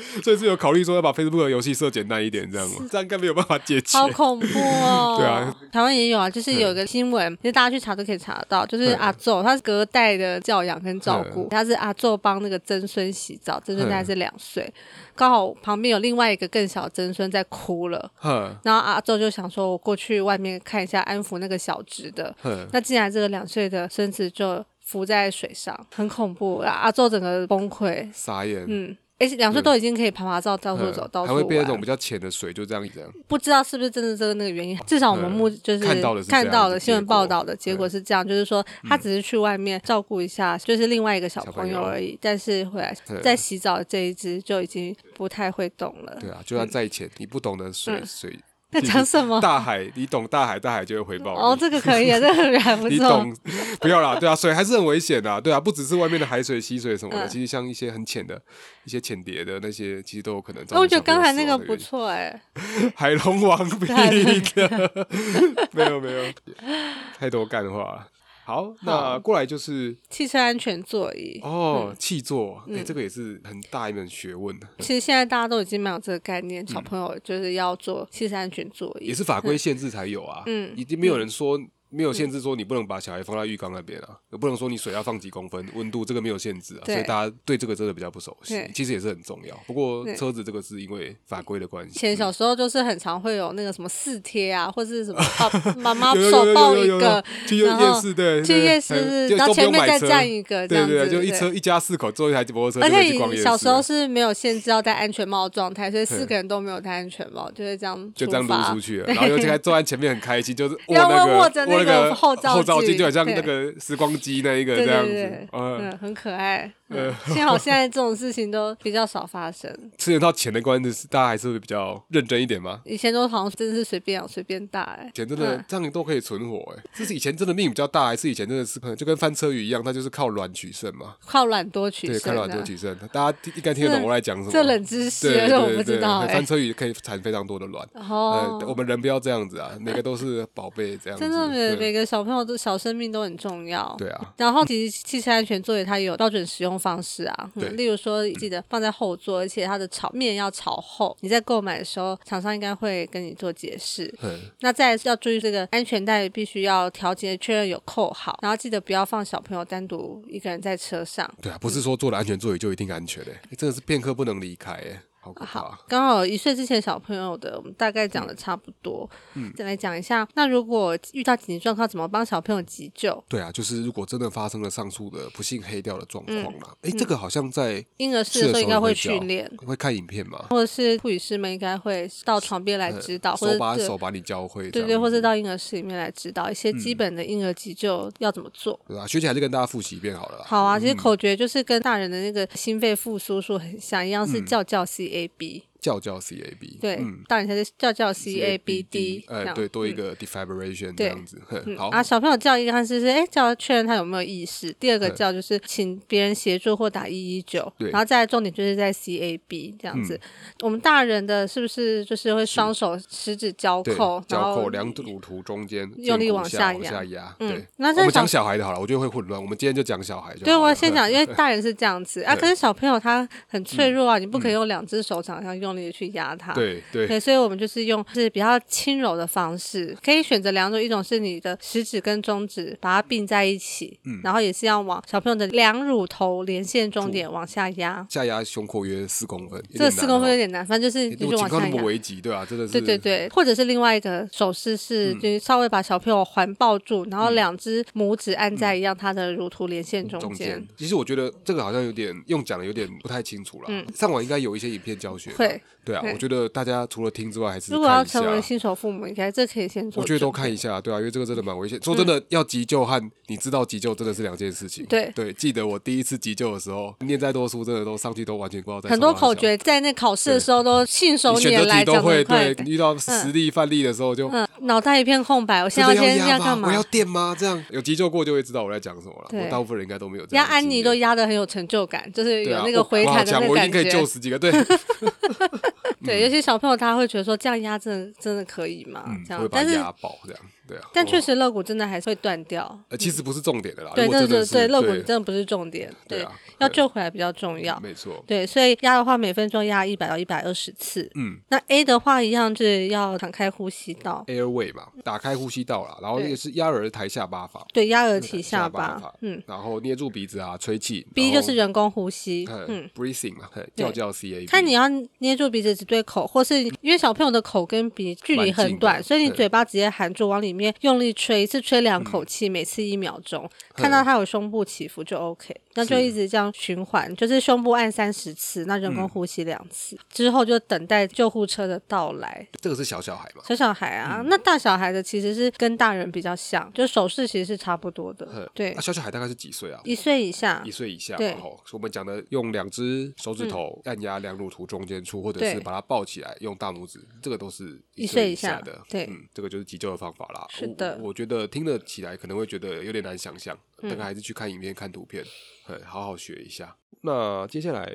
Speaker 2: 对，所以是有考虑说要把 Facebook 的游戏设简单一点，这样吗？这样应该没有办法解决。
Speaker 1: 好恐 怖哦！
Speaker 2: 对啊，嗯
Speaker 1: 台湾也有啊，就是有一个新闻，其实大家去查都可以查得到，就是阿宙，他是隔代的教养跟照
Speaker 2: 嗯
Speaker 1: 顾，他是阿宙帮那个曾孙洗澡，曾孙大概是两岁，刚好旁边有另外一个更小的曾孙在哭了。
Speaker 2: 哼
Speaker 1: 然后阿宙就想说，我过去外面看一下，安抚那个小侄的。
Speaker 2: 哼，
Speaker 1: 那进来这个两岁的孙子就浮在水上，很恐怖。啊阿宙整个崩溃，
Speaker 2: 傻眼。
Speaker 1: 嗯，而且两岁都已经可以爬爬照，到处走，
Speaker 2: 嗯
Speaker 1: 到
Speaker 2: 还
Speaker 1: 处
Speaker 2: 会
Speaker 1: 玩。
Speaker 2: 被那种比较浅的水就这样这样，
Speaker 1: 不知道是不是真的这个那个原因，至少我们目就是
Speaker 2: 嗯看到的是这样
Speaker 1: 看到
Speaker 2: 的
Speaker 1: 的
Speaker 2: 结
Speaker 1: 新闻
Speaker 2: 果
Speaker 1: 报道的结果是这样，就是说他只是去外面照顾一下，就是另外一个小
Speaker 2: 嗯小
Speaker 1: 朋
Speaker 2: 朋
Speaker 1: 友
Speaker 2: 友
Speaker 1: 而已，但是回来
Speaker 2: 嗯
Speaker 1: 在洗澡的这一只就已经不太会动了。
Speaker 2: 啊对啊，就算再浅，你不懂得水水
Speaker 1: 嗯在讲什么？
Speaker 2: 大海，你懂大海，大海就会回报你。
Speaker 1: 哦，这个可以 啊，这个还不
Speaker 2: 你
Speaker 1: 错。
Speaker 2: 懂？不要啦，对啊，水还是很危险的、啊，对啊，不只是外面的海水、溪水什么的，
Speaker 1: 嗯
Speaker 2: 其实像一些很浅的、一些浅碟的那些，其实都有可能造成小朋友死亡的原因。
Speaker 1: 那我觉得刚才那个不错哎、
Speaker 2: 海龙王比
Speaker 1: 对啊
Speaker 2: 的， 没有没有，太多干话了。好，那过来就是
Speaker 1: 汽车安全座椅。
Speaker 2: 哦，气座，
Speaker 1: 嗯
Speaker 2: 哎、这个也是很大一门学问的，
Speaker 1: 其实现在大家都已经蛮有这个概念，小朋友就是要做汽车安全座椅
Speaker 2: 也。是法规限制才有啊。
Speaker 1: 嗯
Speaker 2: 已经没有人说没有限制说你不能把小孩放在浴缸那边啊，也不能说你水要放几公分，温度这个没有限制啊，
Speaker 1: 对
Speaker 2: 所以大家对这个真的比较不熟悉
Speaker 1: 对。
Speaker 2: 其实也是很重要，不过
Speaker 1: 对
Speaker 2: 车子这个是因为法规的关
Speaker 1: 以
Speaker 2: 系。嗯
Speaker 1: 前小时候就是很常会有那个什么四贴啊，或是什 么抱妈妈
Speaker 2: 有有
Speaker 1: 手
Speaker 2: 有
Speaker 1: 抱
Speaker 2: 有
Speaker 1: 一
Speaker 2: 有有
Speaker 1: 个，
Speaker 2: 去夜
Speaker 1: 然后
Speaker 2: 夜市对
Speaker 1: 去
Speaker 2: 对
Speaker 1: 夜
Speaker 2: 还有
Speaker 1: 市，
Speaker 2: 就
Speaker 1: 然后
Speaker 2: 都不
Speaker 1: 前
Speaker 2: 用
Speaker 1: 面
Speaker 2: 买
Speaker 1: 再
Speaker 2: 车
Speaker 1: 站一个这
Speaker 2: 对
Speaker 1: 样
Speaker 2: 对
Speaker 1: 子，
Speaker 2: 对，就一
Speaker 1: 对
Speaker 2: 车一家四口坐一台摩托车
Speaker 1: 而
Speaker 2: 就可以去
Speaker 1: 且
Speaker 2: 逛夜
Speaker 1: 你
Speaker 2: 市了，
Speaker 1: 小时候是没有限制要戴安全帽的状态，所以四个人都没有戴安全帽，就会这样
Speaker 2: 就这样
Speaker 1: 出发
Speaker 2: 撸出 去了，然后又在坐在前面很开心，就是握
Speaker 1: 要
Speaker 2: 那个
Speaker 1: 握着那
Speaker 2: 握那
Speaker 1: 个
Speaker 2: 个
Speaker 1: 后照
Speaker 2: 后照镜，
Speaker 1: 镜
Speaker 2: 就好像
Speaker 1: 对
Speaker 2: 那个时光机那一个
Speaker 1: 对
Speaker 2: 这样
Speaker 1: 对对
Speaker 2: 子，，呃，
Speaker 1: 嗯，很可爱。嗯， 幸好现在这种事情都比较少发生，
Speaker 2: 吃得到钱的关子，大家还是会比较认真一点吗？
Speaker 1: 以前都好像真的是随便养随便大哎
Speaker 2: 以。前真的
Speaker 1: 嗯
Speaker 2: 这样都可以存活哎、这是以前真的命比较大，还是以前真的是就跟翻车鱼一样，它就是靠卵取胜嘛？
Speaker 1: 靠懒惰取
Speaker 2: 对，
Speaker 1: 胜，
Speaker 2: 靠卵就取胜。大家应该听得懂我在讲什 么？
Speaker 1: 这冷知识，
Speaker 2: 对
Speaker 1: 这我
Speaker 2: 对
Speaker 1: 不
Speaker 2: 对
Speaker 1: 知道，哎
Speaker 2: 翻。车鱼可以产非常多的卵。
Speaker 1: 哦
Speaker 2: 呃，，我们人不要这样子啊，每个都是宝贝这样子。
Speaker 1: 真的每
Speaker 2: 对
Speaker 1: 每个小朋友都小生命都很重要。
Speaker 2: 对啊，
Speaker 1: 然后其实汽车安全座椅它也有标准使用方式啊，
Speaker 2: 对
Speaker 1: 嗯、例如说记得放在后座，而且它的朝面要朝后。你在购买的时候，厂商应该会跟你做解释。
Speaker 2: 嗯
Speaker 1: 那再来是要注意这个安全带必须要调节确认有扣好，然后记得不要放小朋友单独一个人在车上。
Speaker 2: 对啊，不是说坐了安全座椅就一定安全的、欸真的是片刻不能离开哎、好可怕、
Speaker 1: 好，刚好一岁之前小朋友的，我们大概讲的差不多。嗯，再来讲一下，那如果遇到紧急状况，怎么帮小朋友急救？
Speaker 2: 对啊，就是如果真的发生了上述的不幸黑掉的状况啦，
Speaker 1: 嗯
Speaker 2: 哎、这个好像在
Speaker 1: 婴儿室
Speaker 2: 试
Speaker 1: 的
Speaker 2: 的
Speaker 1: 时候应该
Speaker 2: 会
Speaker 1: 会
Speaker 2: 教
Speaker 1: 训练，
Speaker 2: 会看影片嘛，
Speaker 1: 或者是护理师们应该会到床边来指导，或者
Speaker 2: 呃手把
Speaker 1: 对
Speaker 2: 手把你教会这
Speaker 1: 对
Speaker 2: 样子，嗯
Speaker 1: 对，或者到婴儿室里面来指导一些基本的婴儿急救要怎么做。
Speaker 2: 对吧、啊学姐还是跟大家复习一遍好了啦。
Speaker 1: 好啊，其实口诀就是跟大人的那个心肺复苏术很像，一样
Speaker 2: 嗯
Speaker 1: 是叫叫 C A B，
Speaker 2: 叫叫 CAB，
Speaker 1: 对，大人才是叫叫 C A B D，这
Speaker 2: 呃，
Speaker 1: 样嗯
Speaker 2: 对，多一个 defibrillation 这样子，哼好，
Speaker 1: 啊，小朋友叫一个他就是哎叫他确认他有没有意识，第二个叫就是请别人协助或打一一九，
Speaker 2: 对嗯
Speaker 1: 然后再来重点就是在 CAB 这样子。我们大人的是不是就是会双手食指交
Speaker 2: 对
Speaker 1: 扣，，然
Speaker 2: 交
Speaker 1: 后
Speaker 2: 扣两乳图中间，
Speaker 1: 用力
Speaker 2: 肩骨
Speaker 1: 往
Speaker 2: 下
Speaker 1: 下压
Speaker 2: 下压，
Speaker 1: 嗯
Speaker 2: 对。
Speaker 1: 那在
Speaker 2: 我们
Speaker 1: 小
Speaker 2: 讲小孩的好了，我觉得会混乱。我们今天就讲小孩就好了。
Speaker 1: 对，我先讲，
Speaker 2: 哼
Speaker 1: 因为大人是这样子啊，
Speaker 2: 对嗯
Speaker 1: 可是小朋友他很脆弱啊，你不可以用两只手掌上用力的去压他。。
Speaker 2: 对对
Speaker 1: 对，所以我们就是用是比较轻柔的方式，可以选择两种，一种是你的食指跟中指把它并在一起，
Speaker 2: 嗯
Speaker 1: 然后也是要往小朋友的两乳头连线终点往下压。
Speaker 2: 下压胸阔约四公分，
Speaker 1: 这
Speaker 2: 有点
Speaker 1: 四
Speaker 2: 难
Speaker 1: 公分
Speaker 2: 哦
Speaker 1: 有点难，反正就是你就
Speaker 2: 如
Speaker 1: 往
Speaker 2: 果情
Speaker 1: 下
Speaker 2: 况那
Speaker 1: 压
Speaker 2: 么。危急，对啊，真的是，嗯
Speaker 1: 对对，对，或者是另外一个手势是，就是稍微把小朋友环抱住，然后两只拇指按在一样他的乳头连线中
Speaker 2: 嗯中
Speaker 1: 间
Speaker 2: 间。。其实我觉得这个好像有点用讲的有点不太清楚啦。上网应该有一些影片教学吧。
Speaker 1: 嗯会
Speaker 2: 对啊，
Speaker 1: 会
Speaker 2: 我觉得大家除了听之外，还是
Speaker 1: 如果要
Speaker 2: 看一下
Speaker 1: 成为新手父母，应该这可以先做准备。
Speaker 2: 我觉得都看一下，对啊，因为这个真的蛮危
Speaker 1: 嗯
Speaker 2: 险。说真的，要急救和你知道急救真的是两件事情。
Speaker 1: 对
Speaker 2: 对，记得我第一次急救的时候，念再多书，真的都上去都完全不知道在
Speaker 1: 很多口诀在那考试的时候都信手
Speaker 2: 你选
Speaker 1: 拈
Speaker 2: 择题
Speaker 1: 来，
Speaker 2: 都
Speaker 1: 讲
Speaker 2: 会，
Speaker 1: 得快
Speaker 2: 对
Speaker 1: 一点。
Speaker 2: 你遇到实例范例的时候就
Speaker 1: 嗯，脑袋一片空白，我现在
Speaker 2: 真的
Speaker 1: 先
Speaker 2: 压
Speaker 1: 干嘛
Speaker 2: 我？要电吗？这样有急救过就会知道我在讲什么了。
Speaker 1: 对
Speaker 2: 我大部分人应该都没有这
Speaker 1: 压
Speaker 2: 样的经验。
Speaker 1: 安妮都压的很有成就感，就是
Speaker 2: 啊对
Speaker 1: 有
Speaker 2: 啊
Speaker 1: 那个
Speaker 2: 我
Speaker 1: 回
Speaker 2: 我好
Speaker 1: 弹的
Speaker 2: 强
Speaker 1: 那
Speaker 2: 我已
Speaker 1: 感
Speaker 2: 经可以嗯
Speaker 1: 觉
Speaker 2: 救。十几个，对，
Speaker 1: 对，有些小朋友他会觉得说这样压真的真的可以吗？这
Speaker 2: 嗯会
Speaker 1: 样，
Speaker 2: 把
Speaker 1: 但
Speaker 2: 它
Speaker 1: 是
Speaker 2: 压爆这样，对啊。
Speaker 1: 但
Speaker 2: 我
Speaker 1: 确，实肋骨真的还是会断掉。
Speaker 2: 呃，其实不是重点的啦。
Speaker 1: 对，
Speaker 2: 如果
Speaker 1: 这
Speaker 2: 真
Speaker 1: 对
Speaker 2: 的是
Speaker 1: 对，肋骨
Speaker 2: 对
Speaker 1: 真的不是重点，
Speaker 2: 对
Speaker 1: 对
Speaker 2: 啊，
Speaker 1: 要
Speaker 2: 对
Speaker 1: 救回来比较重要。
Speaker 2: 没错，
Speaker 1: 对，所以压的话，每分钟压一百到一百二十次。
Speaker 2: 嗯，
Speaker 1: 那 A 的话，一样是要敞开呼吸道，
Speaker 2: airway 嘛，打开呼吸道啦，然后
Speaker 1: 对
Speaker 2: 那个是压耳抬下巴法，
Speaker 1: 对，压额体下
Speaker 2: 巴
Speaker 1: 巴
Speaker 2: 法，，
Speaker 1: 嗯
Speaker 2: 然后捏住鼻子啊，吹气。
Speaker 1: ，B
Speaker 2: 然
Speaker 1: 就
Speaker 2: 后
Speaker 1: 是人工呼吸，
Speaker 2: 呃
Speaker 1: 嗯。
Speaker 2: breathing 嘛，呃叫叫 C A，
Speaker 1: 看你要捏住鼻子只对口，或是因为小朋友的口跟鼻距离很
Speaker 2: 蛮近
Speaker 1: 短，
Speaker 2: 的
Speaker 1: 所以你
Speaker 2: 对嗯
Speaker 1: 嘴巴直接含住往里面用力吹，一次吹两口气，每次一秒钟，看到它有胸部起伏就 OK，那就一直这样循环，就是胸部按三十次，那人
Speaker 2: 嗯
Speaker 1: 工呼吸两次，之后就等待救护车的到来。
Speaker 2: 这个是小小孩嘛？
Speaker 1: 小小孩啊，
Speaker 2: 嗯
Speaker 1: 那大小孩的其实是跟大人比较像，就手势其实是差不多的
Speaker 2: 嗯，，
Speaker 1: 对
Speaker 2: 那、，小小孩大概是几岁啊？
Speaker 1: 一岁以下
Speaker 2: 一。岁以下
Speaker 1: 对嗯
Speaker 2: 嘛，吼，所以我们讲的用两只手指头按压两乳头中间处，或者
Speaker 1: 对
Speaker 2: 是把它抱起来用大拇指，这个都是
Speaker 1: 一
Speaker 2: 一
Speaker 1: 岁
Speaker 2: 岁
Speaker 1: 以
Speaker 2: 以
Speaker 1: 下
Speaker 2: 下的。
Speaker 1: 对
Speaker 2: 嗯，这个就是急救的方法啦。
Speaker 1: 是的嗯
Speaker 2: 我我觉得听得起来可能会觉得有点难想象，大概还是去看影片、看图片，嗯，好好学一下。那接下来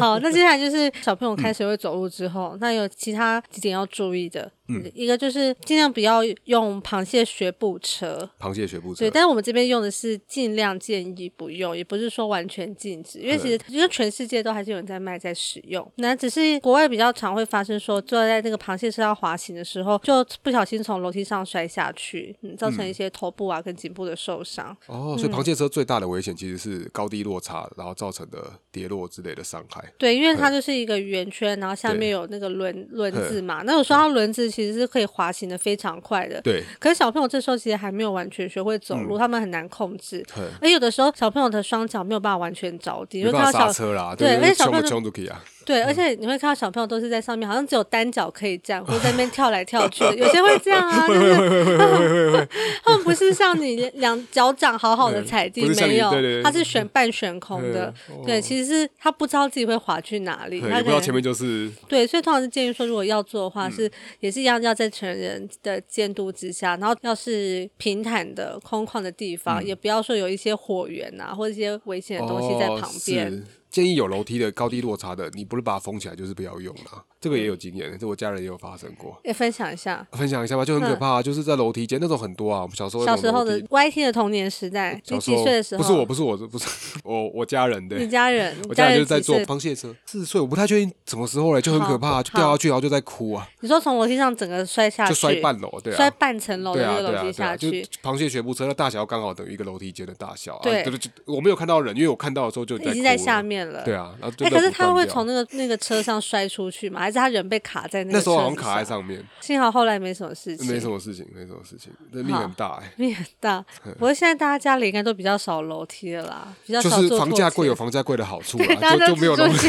Speaker 1: 好，那接 下来就是小
Speaker 2: 嗯
Speaker 1: 朋友开始会走路之后，那有其他几点要注意的。
Speaker 2: 嗯
Speaker 1: 一个就是尽量不要用螃蟹学步车，
Speaker 2: 螃蟹学步车
Speaker 1: 对，，但是我们这边用的是尽量建议不用，也不是说完全禁止，因为其实因为全世界都还是有人在卖在使用，那只是国外比较常会发生说坐在那个螃蟹车上滑行的时候，就不小心从楼梯上摔下去，嗯，造成一些头部啊跟颈部的受伤。
Speaker 2: 哦，所以螃蟹车最大的危险其实是高低落差，然后造成的跌落之类的伤害。
Speaker 1: 对，因为它就是一个圆圈，然后下面有那个轮轮子嘛。那有时候它轮子其实是可以滑行的非常快的，
Speaker 2: 对，
Speaker 1: 可是小朋友这时候其实还没有完全学会走路，他们很难控制。
Speaker 2: 嗯
Speaker 1: 而有的时候小朋友的双脚没有办法完全着地，你
Speaker 2: 没
Speaker 1: 会看
Speaker 2: 办
Speaker 1: 到
Speaker 2: 法
Speaker 1: 小
Speaker 2: 刹车啦，
Speaker 1: 对，而且
Speaker 2: 就是
Speaker 1: 小
Speaker 2: 冲
Speaker 1: 朋友
Speaker 2: 着
Speaker 1: 就
Speaker 2: 冲出去啊，
Speaker 1: 对，而且你会看到小朋友都是在上面，好像只有单脚可以站，或者在 那边跳来跳去的。有些会这样啊，就是 他们不是像你两脚掌好好的踩地
Speaker 2: 嗯不，是像
Speaker 1: 没
Speaker 2: 你
Speaker 1: 有
Speaker 2: 对对，对
Speaker 1: 他是悬半悬空的。对，其实是他不知道自己会滑去哪里，
Speaker 2: 对
Speaker 1: 他
Speaker 2: 也
Speaker 1: 可
Speaker 2: 不知道
Speaker 1: 能
Speaker 2: 前面嗯就是
Speaker 1: 对，所以通常是建议说，如果要做的话，是也是一样要在成人的监督之下，然后要是平坦的、空旷的地
Speaker 2: 嗯
Speaker 1: 方，也不要说有一些火源啊或者一些危险的东西在旁边。
Speaker 2: 哦是建议有楼梯的高低落差的，你不是把它封起来，就是不要用啦。这个也
Speaker 1: 嗯
Speaker 2: 有经验，这我家人也有发生过。
Speaker 1: 也分享一下
Speaker 2: 分享一下吧，就很可怕、啊，就是在楼梯间那种很多啊。我们小时候
Speaker 1: 嗯小
Speaker 2: 那
Speaker 1: 时
Speaker 2: 种
Speaker 1: 候
Speaker 2: 楼
Speaker 1: 的
Speaker 2: 梯
Speaker 1: YT 的童年时代，你
Speaker 2: 小
Speaker 1: 几岁的时候？
Speaker 2: 不是我，不是我，不是我，我家人的。
Speaker 1: 你家人，你
Speaker 2: 我家人就
Speaker 1: 人
Speaker 2: 是在
Speaker 1: 几
Speaker 2: 坐
Speaker 1: 岁
Speaker 2: 螃蟹车，四岁，我不太确定什么时候嘞，就很可怕、
Speaker 1: 好
Speaker 2: 就掉下去，然后就在哭啊，
Speaker 1: 你说从楼梯上整个摔下去，
Speaker 2: 就摔半楼，对啊，
Speaker 1: 摔半层楼的
Speaker 2: 对
Speaker 1: 那
Speaker 2: 啊，
Speaker 1: 个
Speaker 2: 对
Speaker 1: 楼
Speaker 2: 啊，
Speaker 1: 梯
Speaker 2: 对
Speaker 1: 下
Speaker 2: 啊，就
Speaker 1: 去。
Speaker 2: 螃蟹学步车的大小刚好等于一个楼梯间的大小啊。
Speaker 1: 对
Speaker 2: 对，就我没有看到人，因为我看到的时候就
Speaker 1: 已经在
Speaker 2: 在哭了
Speaker 1: 下。面了，
Speaker 2: 对啊，然后就
Speaker 1: 哎、可
Speaker 2: 肋
Speaker 1: 是
Speaker 2: 骨
Speaker 1: 他
Speaker 2: 断
Speaker 1: 会
Speaker 2: 掉
Speaker 1: 从那个 那个车上摔出去吗？还是他人被卡在那个
Speaker 2: 那时候好
Speaker 1: 车
Speaker 2: 像
Speaker 1: 子
Speaker 2: 卡在上面，
Speaker 1: 幸好后来没什么事情，
Speaker 2: 没什么事情，没什么事情，那力
Speaker 1: 好
Speaker 2: 很大哎、
Speaker 1: 面很 大。不过现在大家家里应该都比较少楼梯了啦，比较
Speaker 2: 就
Speaker 1: 少
Speaker 2: 是
Speaker 1: 做
Speaker 2: 房
Speaker 1: 拖
Speaker 2: 价 贵
Speaker 1: 鞋
Speaker 2: 有房价贵的好处
Speaker 1: 对，大家
Speaker 2: 啦，就
Speaker 1: 都
Speaker 2: 就没有
Speaker 1: 住
Speaker 2: 那么
Speaker 1: 起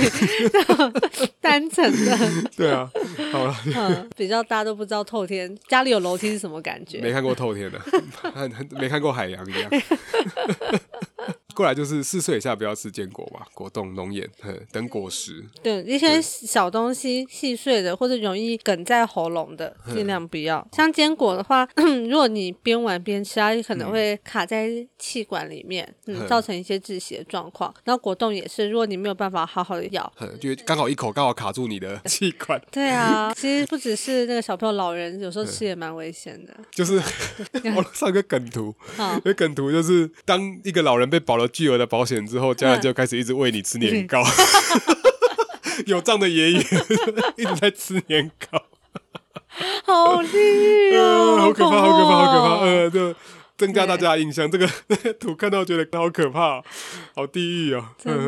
Speaker 1: 单层的，
Speaker 2: 对啊，好了，
Speaker 1: 嗯，比较大家都不知道透天家里有楼梯是什么感
Speaker 2: 没
Speaker 1: 觉。
Speaker 2: 看过透天的，很很没看过海洋一样。 过来就是四岁以下不要吃坚果吧，果冻、龙眼哼等果实。
Speaker 1: 对，一些小东西细碎的或者容易梗在喉咙 的，尽量不要。像坚果的话， 如果你边玩边吃，它可能会卡在气管里面，嗯，
Speaker 2: 嗯
Speaker 1: 造成一些窒息的状况。然后果冻也是，如果你没有办法好好的咬，
Speaker 2: 哼，就刚好一口刚好卡住你的 气管，
Speaker 1: 对 啊，其实不只是那个小朋友，老人有时候
Speaker 2: 嗯
Speaker 1: 吃也蛮危险的。
Speaker 2: 就是 网络上有个梗图
Speaker 1: 好，
Speaker 2: 有个梗图就是当一个老人被保了巨额的保险之后，家人就开始一直喂你吃年 糕，有账的爷爷一直在吃年糕。
Speaker 1: 好绿哦，
Speaker 2: 呃，好可怕，好可怕，好可怕，
Speaker 1: 恐怖哦
Speaker 2: 呃，就增加大家的印象。这个 图看到觉得好可怕，好地狱哦，
Speaker 1: 真的，
Speaker 2: 嗯。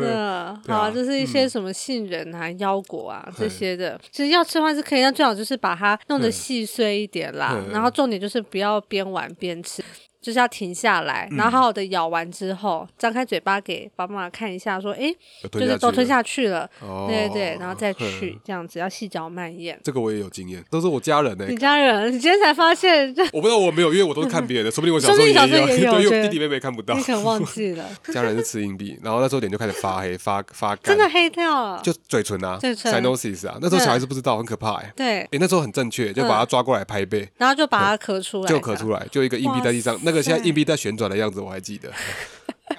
Speaker 2: 对
Speaker 1: 好
Speaker 2: 啊
Speaker 1: 啊，就是一些什么杏仁啊、腰果啊这些的，其实要吃的话是可以，但最好就是把它弄得细碎一点啦。
Speaker 2: 嗯
Speaker 1: 然后重点就是不要边玩边吃，就是要停下来，然
Speaker 2: 嗯
Speaker 1: 后好好的咬完之后，张开嘴巴给爸妈看一下，说，哎，就
Speaker 2: 有吞下
Speaker 1: 是都
Speaker 2: 去
Speaker 1: 吞
Speaker 2: 了
Speaker 1: 下去了，
Speaker 2: 哦
Speaker 1: 对对对，然后再去
Speaker 2: 嗯
Speaker 1: 这样子，要细嚼慢咽。
Speaker 2: 这个我也有经验，都是我家人呢。欸
Speaker 1: 你家人，你今天才发现，这
Speaker 2: 我不知道我没有，因为我都是看别 人的，说不定我小
Speaker 1: 说
Speaker 2: 时
Speaker 1: 不
Speaker 2: 候
Speaker 1: 定
Speaker 2: 也
Speaker 1: 小
Speaker 2: 啊
Speaker 1: 时候也有
Speaker 2: 对，因为
Speaker 1: 对
Speaker 2: 我弟弟妹妹看不到
Speaker 1: 你。可能忘记了，
Speaker 2: 家人是吃硬币，然后那时候脸就开始发黑、发发 干，
Speaker 1: 真的黑掉了。
Speaker 2: 就嘴唇啊
Speaker 1: 嘴唇
Speaker 2: ，synosis 啊，那时候小孩子不知道，很可怕哎。
Speaker 1: 对，
Speaker 2: 哎，那时候很正确，就把他抓过来拍背，
Speaker 1: 然后就把它咳出来，
Speaker 2: 就咳
Speaker 1: 来。
Speaker 2: 出来，就一个硬币在地上
Speaker 1: 哇，
Speaker 2: 那个现在
Speaker 1: 塞
Speaker 2: 硬币在旋转的样子我还记 得，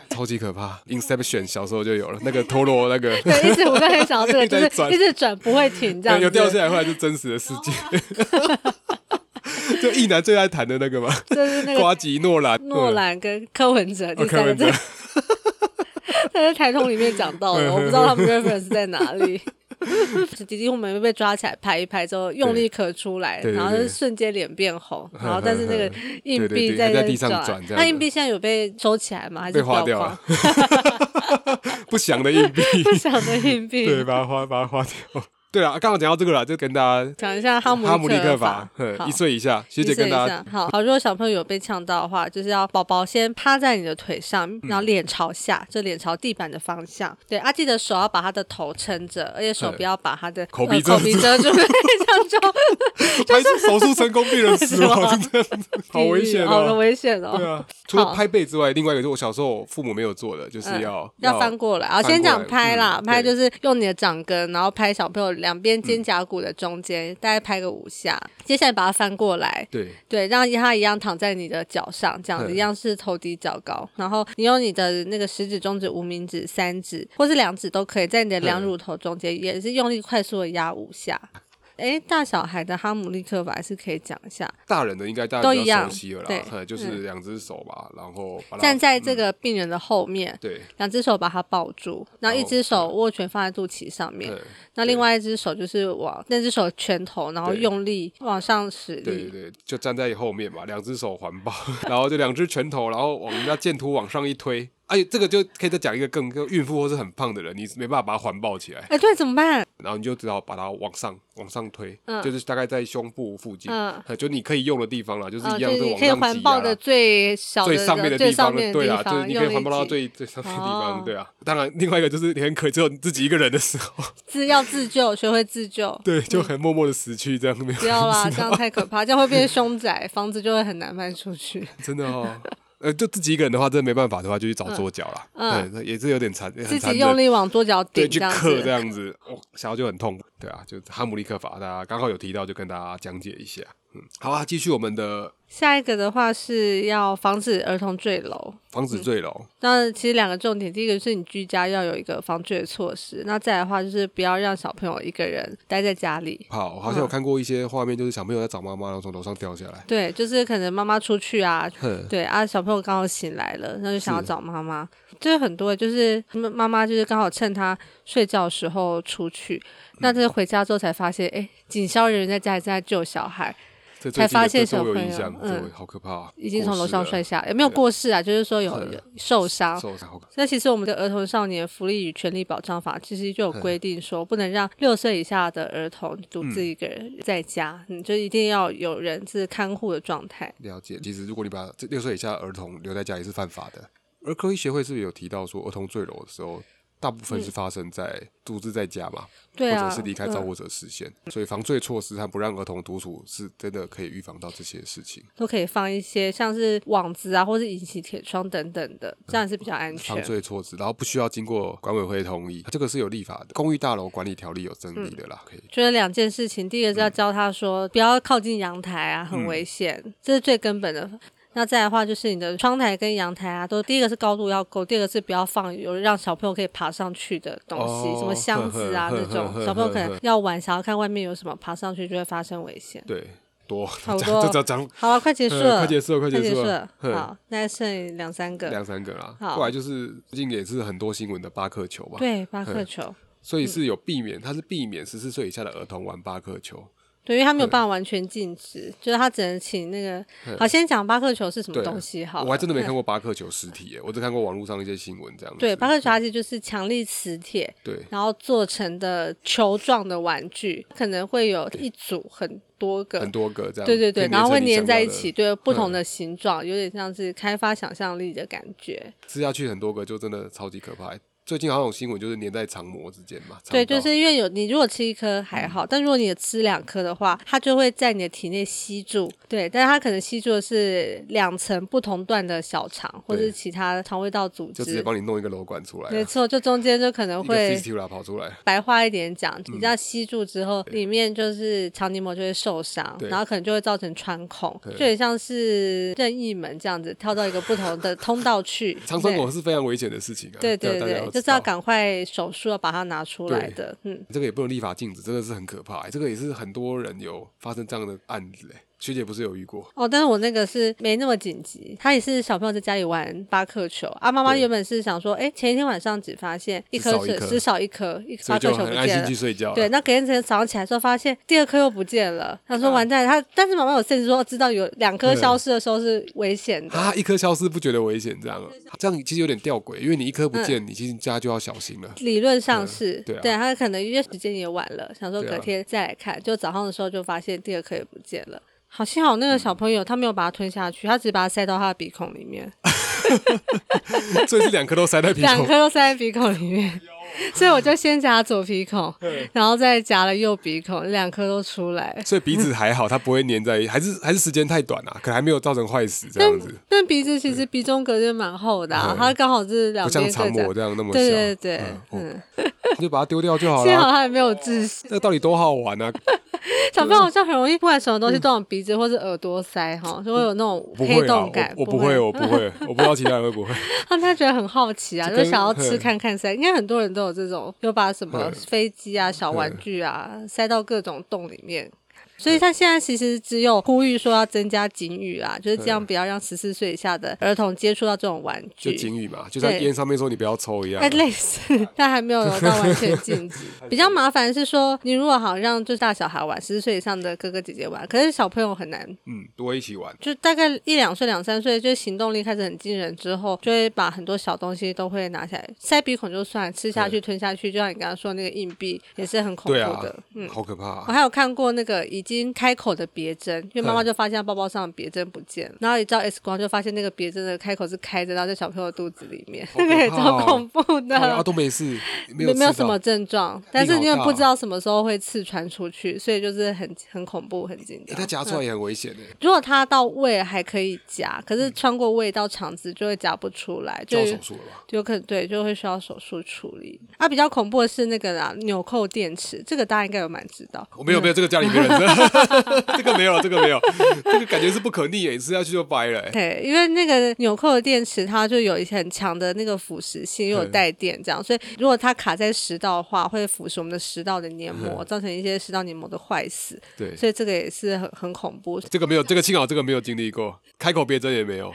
Speaker 2: 超级可怕。Inception 小时候就有了，那个陀螺那个
Speaker 1: 对，一直我刚才想到这个，
Speaker 2: 一直
Speaker 1: 就
Speaker 2: 在
Speaker 1: 是
Speaker 2: 转哎
Speaker 1: 一直转不会停，这样子
Speaker 2: 有掉下来，后来是真实的世 界。就一男最爱谈的那个嘛，
Speaker 1: 就是 那
Speaker 2: 瓜
Speaker 1: 个
Speaker 2: 吉诺兰，
Speaker 1: 诺兰跟柯文哲第三
Speaker 2: 哦柯
Speaker 1: 个
Speaker 2: 文
Speaker 1: 字
Speaker 2: 哲，
Speaker 1: 他在台通里面讲到
Speaker 2: 嗯
Speaker 1: 的，我不知道他们 reference 在哪里。 弟弟我们被抓起来拍一拍之后，用力咳出来，
Speaker 2: 对对对
Speaker 1: 然后就瞬间脸变红， 然后但是那个硬币
Speaker 2: 对对对
Speaker 1: 在
Speaker 2: 在地上转这样子
Speaker 1: 那硬币现在有被收起来吗？还是
Speaker 2: 被花
Speaker 1: 掉
Speaker 2: 掉
Speaker 1: 光
Speaker 2: 了？， 不祥的硬币，
Speaker 1: 不想的硬币，
Speaker 2: 对，把它花把它花掉。对啊，刚好讲到这个了，就跟大家
Speaker 1: 讲一下哈姆
Speaker 2: 哈姆
Speaker 1: 立
Speaker 2: 立克
Speaker 1: 法
Speaker 2: 法，，嗯
Speaker 1: 好
Speaker 2: 一岁以下，学
Speaker 1: 提
Speaker 2: 姐
Speaker 1: 醒
Speaker 2: 跟
Speaker 1: 一
Speaker 2: 大家
Speaker 1: 下，好好。如果小朋友有被呛到的话，就是要宝宝先趴在你的腿上，然
Speaker 2: 嗯
Speaker 1: 后脸朝下，就脸朝地板的方向。对啊，记得手要把他的头撑着，而且手
Speaker 2: 嗯
Speaker 1: 不要把他的
Speaker 2: 口
Speaker 1: 呃
Speaker 2: 鼻
Speaker 1: 口
Speaker 2: 遮
Speaker 1: 鼻
Speaker 2: 住
Speaker 1: 遮住， 对这样
Speaker 2: 拍手术成功，病人死
Speaker 1: 是
Speaker 2: 亡
Speaker 1: 吗，
Speaker 2: 真的
Speaker 1: 就
Speaker 2: 好危险
Speaker 1: 好
Speaker 2: 哦。
Speaker 1: 危险哦。
Speaker 2: 对啊，除了拍背之外，另外一个是我小时候我父母没有做的，就是
Speaker 1: 嗯
Speaker 2: 要
Speaker 1: 要翻过来。啊，
Speaker 2: 翻
Speaker 1: 先
Speaker 2: 过
Speaker 1: 讲
Speaker 2: 来
Speaker 1: 拍啦，
Speaker 2: 嗯
Speaker 1: 拍
Speaker 2: 对嗯
Speaker 1: 就是用你的掌根，然后拍小朋友两边肩胛骨的中间，大概拍个五下。接下来把它翻过来，
Speaker 2: 对，
Speaker 1: 对，让他一样躺在你的脚上，这样子
Speaker 2: 嗯
Speaker 1: 一样是头低脚高。然后你用你的那个食指、中指、无名指、三指或是两指都可以，在你的两
Speaker 2: 嗯
Speaker 1: 乳头中间，也是用力快速的压五下。诶，大小孩的哈姆立克法还是可以讲一下，
Speaker 2: 大人的应该大
Speaker 1: 都
Speaker 2: 家比
Speaker 1: 一
Speaker 2: 较
Speaker 1: 样
Speaker 2: 熟悉了
Speaker 1: 对
Speaker 2: 啦，嗯就是两只手吧，然后把它
Speaker 1: 站在这
Speaker 2: 嗯
Speaker 1: 个病人的后面，
Speaker 2: 对，
Speaker 1: 两只手把他抱住，然后一
Speaker 2: 哦
Speaker 1: 只手握拳放在肚脐上面，
Speaker 2: 嗯
Speaker 1: 那另外一只手就是往那只手拳头，然后
Speaker 2: 对
Speaker 1: 用力往上使
Speaker 2: 对
Speaker 1: 力，
Speaker 2: 对对，就站在后面嘛，两只手环抱，然后就两只拳头，然后往人家剑突往上一推。哎，这个就可以再讲一个更更孕妇或是很胖的人，你没办法把它环抱起来，
Speaker 1: 哎，对，怎么办？
Speaker 2: 然后你就只好把它往上往上推，
Speaker 1: 嗯
Speaker 2: 就是大概在胸部附近，
Speaker 1: 嗯
Speaker 2: 呃就你可以用的地方啦，就是
Speaker 1: 嗯，就
Speaker 2: 一样
Speaker 1: 是
Speaker 2: 就
Speaker 1: 你
Speaker 2: 往
Speaker 1: 可以
Speaker 2: 上
Speaker 1: 环
Speaker 2: 挤
Speaker 1: 抱
Speaker 2: 压
Speaker 1: 的
Speaker 2: 啦。
Speaker 1: 最小的
Speaker 2: 最上面的地
Speaker 1: 最上
Speaker 2: 方
Speaker 1: 面
Speaker 2: 了，
Speaker 1: 的
Speaker 2: 对
Speaker 1: 地
Speaker 2: 啦，就是
Speaker 1: 方，
Speaker 2: 你可以
Speaker 1: 用力
Speaker 2: 环抱到
Speaker 1: 挤
Speaker 2: 最最上面的地
Speaker 1: 哦
Speaker 2: 方，对啊。当然，另外一个就是你很可，只有你自己一个人的时候，
Speaker 1: 自要自救，学会自救。
Speaker 2: 对，就很默默的死去，这样没有
Speaker 1: 不要
Speaker 2: 人
Speaker 1: 啦，
Speaker 2: 知
Speaker 1: 这样
Speaker 2: 道
Speaker 1: 太可怕，这样会变凶宅，房子就会很难卖出去。
Speaker 2: 真的哦。呃，就自己一个人的话，真的没办法的话，就去找桌角啦。
Speaker 1: 嗯
Speaker 2: 嗯，那也是有点残，很
Speaker 1: 自
Speaker 2: 残
Speaker 1: 己用
Speaker 2: 忍。
Speaker 1: 力往桌角顶，
Speaker 2: 对，去
Speaker 1: 这样
Speaker 2: 克这
Speaker 1: 子。
Speaker 2: 样子，哦，小就很痛苦。对啊，就是哈姆立克法，大家刚好有提到，就跟大家讲解一下。嗯，好啊，继续我们的
Speaker 1: 下一个的话是要防止儿童坠楼。
Speaker 2: 防止坠楼。
Speaker 1: 那其实两个重点，第一个就是你居家要有一个防坠的措施，那再来的话就是不要让小朋友一个人待在家里。
Speaker 2: 好，好
Speaker 1: 嗯
Speaker 2: 像有看过一些画面，就是小朋友在找妈妈，然后从楼上掉下来。
Speaker 1: 对，就是可能妈妈出去啊，
Speaker 2: 哼，
Speaker 1: 对啊，小朋友刚好醒来了，那就想要
Speaker 2: 是
Speaker 1: 找妈妈。这很多就是妈妈妈就是刚好趁他睡觉的时候出去，
Speaker 2: 嗯
Speaker 1: 那这回家之后才发现，哎，警消人员在家里正在救小孩，
Speaker 2: 这
Speaker 1: 才
Speaker 2: 最近的
Speaker 1: 发现
Speaker 2: 这对
Speaker 1: 小
Speaker 2: 我有印
Speaker 1: 朋友
Speaker 2: 象，这
Speaker 1: 嗯
Speaker 2: 我好可怕啊，
Speaker 1: 已经从楼
Speaker 2: 过世
Speaker 1: 上
Speaker 2: 了
Speaker 1: 摔下来，也没有过世啊，就是说有
Speaker 2: 是
Speaker 1: 有受伤。
Speaker 2: 受伤好可
Speaker 1: 那其实我们的《儿童少年福利与权利保障法》其实就
Speaker 2: 嗯
Speaker 1: 有规定说，不能让六岁以下的儿童独
Speaker 2: 嗯
Speaker 1: 自一个人在家，嗯，就一定要有人是看护的状态。
Speaker 2: 了解。其实如果你把这六岁以下的儿童留在家里是犯法的。儿科医学会是不是有提到说，儿童坠楼的时候，大部分是发生在独自在家嘛，
Speaker 1: 嗯对啊，
Speaker 2: 或者是离开照
Speaker 1: 嗯
Speaker 2: 顾者视线，所以防坠措施和不让儿童独处是真的可以预防到这些事情。
Speaker 1: 都可以放一些像是网子啊，或是隐形铁窗等等
Speaker 2: 嗯
Speaker 1: 的，这样也是比较安全
Speaker 2: 防。坠措施，然后不需要经过管委会同意，这个是有立法的，《公寓大楼管理条例》有争议的啦，可以。
Speaker 1: 觉得两件事情，第一个
Speaker 2: 嗯
Speaker 1: 是要教他说、不要靠近阳台啊，很危险，这是最根本的。那再来的话就是你的窗台跟阳台啊，都第一个是高度要够，第二个是不要放有让小朋友可以爬上去的东西，
Speaker 2: 哦
Speaker 1: 什么箱子啊
Speaker 2: 呵呵
Speaker 1: 那种
Speaker 2: 呵呵，
Speaker 1: 小朋友可
Speaker 2: 呵
Speaker 1: 能
Speaker 2: 呵
Speaker 1: 要玩，想要看外面有什么，爬上去就会发生危险。
Speaker 2: 对，多
Speaker 1: 差不
Speaker 2: 讲
Speaker 1: 多
Speaker 2: 这讲
Speaker 1: 好啊了，快结束
Speaker 2: 呃
Speaker 1: 了，
Speaker 2: 快结束了快结
Speaker 1: 快结
Speaker 2: 束
Speaker 1: 束
Speaker 2: 了哼
Speaker 1: 好，那剩两三个，
Speaker 2: 两三个啦。
Speaker 1: 好
Speaker 2: 后来就是最近也是很多新闻的巴克球嘛，
Speaker 1: 对，嗯巴克球。
Speaker 2: 所以是有避免，它是避免十四岁以下的儿童玩巴克球。
Speaker 1: 对，因为他
Speaker 2: 嗯
Speaker 1: 没有办法完全禁止，就是他只能请那个。好，先讲巴克球是什么
Speaker 2: 对，啊
Speaker 1: 东西好了。
Speaker 2: 我还真的没看
Speaker 1: 嗯。
Speaker 2: 过巴克球实体耶，我只看过网络上一些新闻这样子。
Speaker 1: 对，巴克球它其实就是强力磁铁，
Speaker 2: 对
Speaker 1: 然后做成的球状的玩具，可能会有一组很多个。
Speaker 2: 很多个这样，
Speaker 1: 对对
Speaker 2: 可
Speaker 1: 对，
Speaker 2: 以
Speaker 1: 然后
Speaker 2: 成
Speaker 1: 会
Speaker 2: 你
Speaker 1: 粘
Speaker 2: 想
Speaker 1: 在
Speaker 2: 要
Speaker 1: 一
Speaker 2: 的嗯
Speaker 1: 起，，对，不同的形状，有点像是开发想象力的感觉。
Speaker 2: 吃下去很多个就真的超级可怕。最近好像有新闻就是粘在肠膜之间嘛，
Speaker 1: 对，
Speaker 2: 肠
Speaker 1: 就
Speaker 2: 道
Speaker 1: 是因为有你如果吃一颗还
Speaker 2: 嗯
Speaker 1: 好，但如果你吃两颗的话，它就会在你的体内吸住。对，但是它可能吸住的是两层不同段的小肠，或者是
Speaker 2: 对
Speaker 1: 其他肠胃道组
Speaker 2: 就直接
Speaker 1: 织。
Speaker 2: 帮你弄一个瘘管出来啊，
Speaker 1: 没错，就中间就可能
Speaker 2: 一个嗯
Speaker 1: 会
Speaker 2: fistula 跑出来，
Speaker 1: 白话一点讲，你这样吸住之后，里面就是肠黏膜就会受伤，
Speaker 2: 对
Speaker 1: 然后可能就会造成穿孔，
Speaker 2: 对
Speaker 1: 就很像是任意门这样子跳到一个不同的通道 去。
Speaker 2: 肠穿孔是非常危险的事情啊。
Speaker 1: 对对
Speaker 2: 大
Speaker 1: 对
Speaker 2: 家
Speaker 1: 对，
Speaker 2: 知
Speaker 1: 就是要
Speaker 2: 道
Speaker 1: 赶快手术要把它拿出来
Speaker 2: 对
Speaker 1: 的。嗯，
Speaker 2: 这个也不能立法禁止，真的是很可怕、欸。这个也是很多人有发生这样的案子、欸，学姐不是有遇过？
Speaker 1: 哦，但是我那个是没那么紧急，他也是小朋友在家里玩巴克球啊。妈妈
Speaker 2: 对
Speaker 1: 原本是想说，哎，前一天晚上只发现一
Speaker 2: 只
Speaker 1: 颗
Speaker 2: 少一
Speaker 1: 是
Speaker 2: 颗
Speaker 1: 只少一颗，一
Speaker 2: 所
Speaker 1: 巴
Speaker 2: 以
Speaker 1: 克
Speaker 2: 就
Speaker 1: 球
Speaker 2: 很
Speaker 1: 不
Speaker 2: 安
Speaker 1: 见
Speaker 2: 心
Speaker 1: 了
Speaker 2: 去。睡觉了。
Speaker 1: 对，那隔天早上起来的时候，发现第二颗又不见了。他说完蛋，他但是妈妈有限制说，知道有两颗
Speaker 2: 嗯对
Speaker 1: 消失的时候是危险的。
Speaker 2: 啊，一颗消失不觉得危险，这样啊，这样其实有点吊诡，因为你一颗不
Speaker 1: 嗯
Speaker 2: 见，你其实家就要小心了。
Speaker 1: 理论上
Speaker 2: 嗯
Speaker 1: 是，
Speaker 2: 对啊
Speaker 1: 他可能因为时间也晚了，想说
Speaker 2: 对
Speaker 1: 隔
Speaker 2: 啊
Speaker 1: 天再来看，就早上的时候就发现第二颗也不见了。好幸好那个
Speaker 2: 嗯
Speaker 1: 小朋友他没有把它吞下去，他只把它塞到他的鼻孔里面，
Speaker 2: 所以是两颗都 塞在鼻
Speaker 1: 两
Speaker 2: 孔
Speaker 1: 颗，都塞在鼻孔里 面，所以我就先夹左鼻孔，然后再夹了右鼻孔，两颗都出来。
Speaker 2: 所以鼻子还好，它不会粘在，还是还是时间太短啊，可能还没有造成坏死这样子，
Speaker 1: 但鼻子其实鼻中隔就蛮厚的、啊，
Speaker 2: 嗯
Speaker 1: 它刚好是两
Speaker 2: 不像
Speaker 1: 边
Speaker 2: 长
Speaker 1: 各夹
Speaker 2: 模。这样那么小。
Speaker 1: 对对对，哦
Speaker 2: 嗯，哦 你就把它丢掉就好
Speaker 1: 幸好
Speaker 2: 了。啊
Speaker 1: 他也没有窒息。
Speaker 2: 那到底多好嗯玩啊！
Speaker 1: 小朋友好像很容易，不管什么东西都往鼻子或是耳朵塞哈，就会有那种
Speaker 2: 不
Speaker 1: 黑
Speaker 2: 会啊，
Speaker 1: 洞
Speaker 2: 我
Speaker 1: 感。
Speaker 2: 我不会，我不会，我不知道其他人会不会。
Speaker 1: 他们他觉得很好奇啊，
Speaker 2: 这
Speaker 1: 就
Speaker 2: 跟
Speaker 1: 想要吃
Speaker 2: 嗯
Speaker 1: 看看塞。应该很多人都有这种，就把什么
Speaker 2: 嗯
Speaker 1: 飞机啊、小玩具啊塞到各种洞里面。所以他现在其实只有呼吁说要增加警语啦，就是尽量不要让十四岁以下的儿童接触到这种玩
Speaker 2: 就
Speaker 1: 具。
Speaker 2: 警语嘛，就像
Speaker 1: 对
Speaker 2: 烟上面说你不要抽一样啊
Speaker 1: 哎，。类似，但还没有到完全禁 止。比较麻烦是说，你如果好让就是大小孩玩，十四岁以上的哥哥姐姐玩，可是小朋友很难
Speaker 2: 嗯，多一起玩。
Speaker 1: 就大概一两岁、两三岁，就行动力开始很惊人之后，就会把很多小东西都会拿起来塞鼻孔就算，吃下去、吞下去，就像你刚刚说那个硬币也是很恐
Speaker 2: 对
Speaker 1: 怖
Speaker 2: 啊
Speaker 1: 的。，嗯，
Speaker 2: 好可怕
Speaker 1: 我
Speaker 2: 啊。
Speaker 1: 还有看过那个已经开口的别针，因为妈妈
Speaker 2: 嗯
Speaker 1: 就发现她包包上的别针不见了，然后一照 X 光就发现那个别针的开口是开着，然后在小朋友肚子里面，
Speaker 2: 好
Speaker 1: 那
Speaker 2: 可
Speaker 1: 个也
Speaker 2: 怕
Speaker 1: 超
Speaker 2: 哦
Speaker 1: 恐怖的。
Speaker 2: 啊，都没事，没有
Speaker 1: 没有
Speaker 2: 吃
Speaker 1: 什
Speaker 2: 到
Speaker 1: 么症状，但是
Speaker 2: 好
Speaker 1: 因为
Speaker 2: 大
Speaker 1: 不
Speaker 2: 哦
Speaker 1: 知道什么时候会刺穿出去，所以就是很很恐怖、很紧
Speaker 2: 欸
Speaker 1: 张。
Speaker 2: 它夹出来也很危险的，
Speaker 1: 如果它到胃还可以夹，可是穿过胃到肠子就会夹不出来，
Speaker 2: 嗯就
Speaker 1: 就
Speaker 2: 要手术了吧？
Speaker 1: 有可能对，就会需要手术处理。啊，比较恐怖的是那个啦，纽扣电池，这个大家应该有蛮知道。
Speaker 2: 我没有没有，这个家里没有 人， 这个没有，这个没有，这个感觉是不可逆诶，吃下去就掰了欸。
Speaker 1: 对，因为那个纽扣的电池，它就有一些很强的那个腐蚀性，又有
Speaker 2: 嗯
Speaker 1: 带电这样，所以如果它卡在食道的话，会腐蚀我们的食道的黏膜，造成一些食道黏膜的坏死，
Speaker 2: 嗯对，
Speaker 1: 所以这个也是很很恐怖。
Speaker 2: 这个没有，这个幸好这个没有经历过，开口别针也没 有，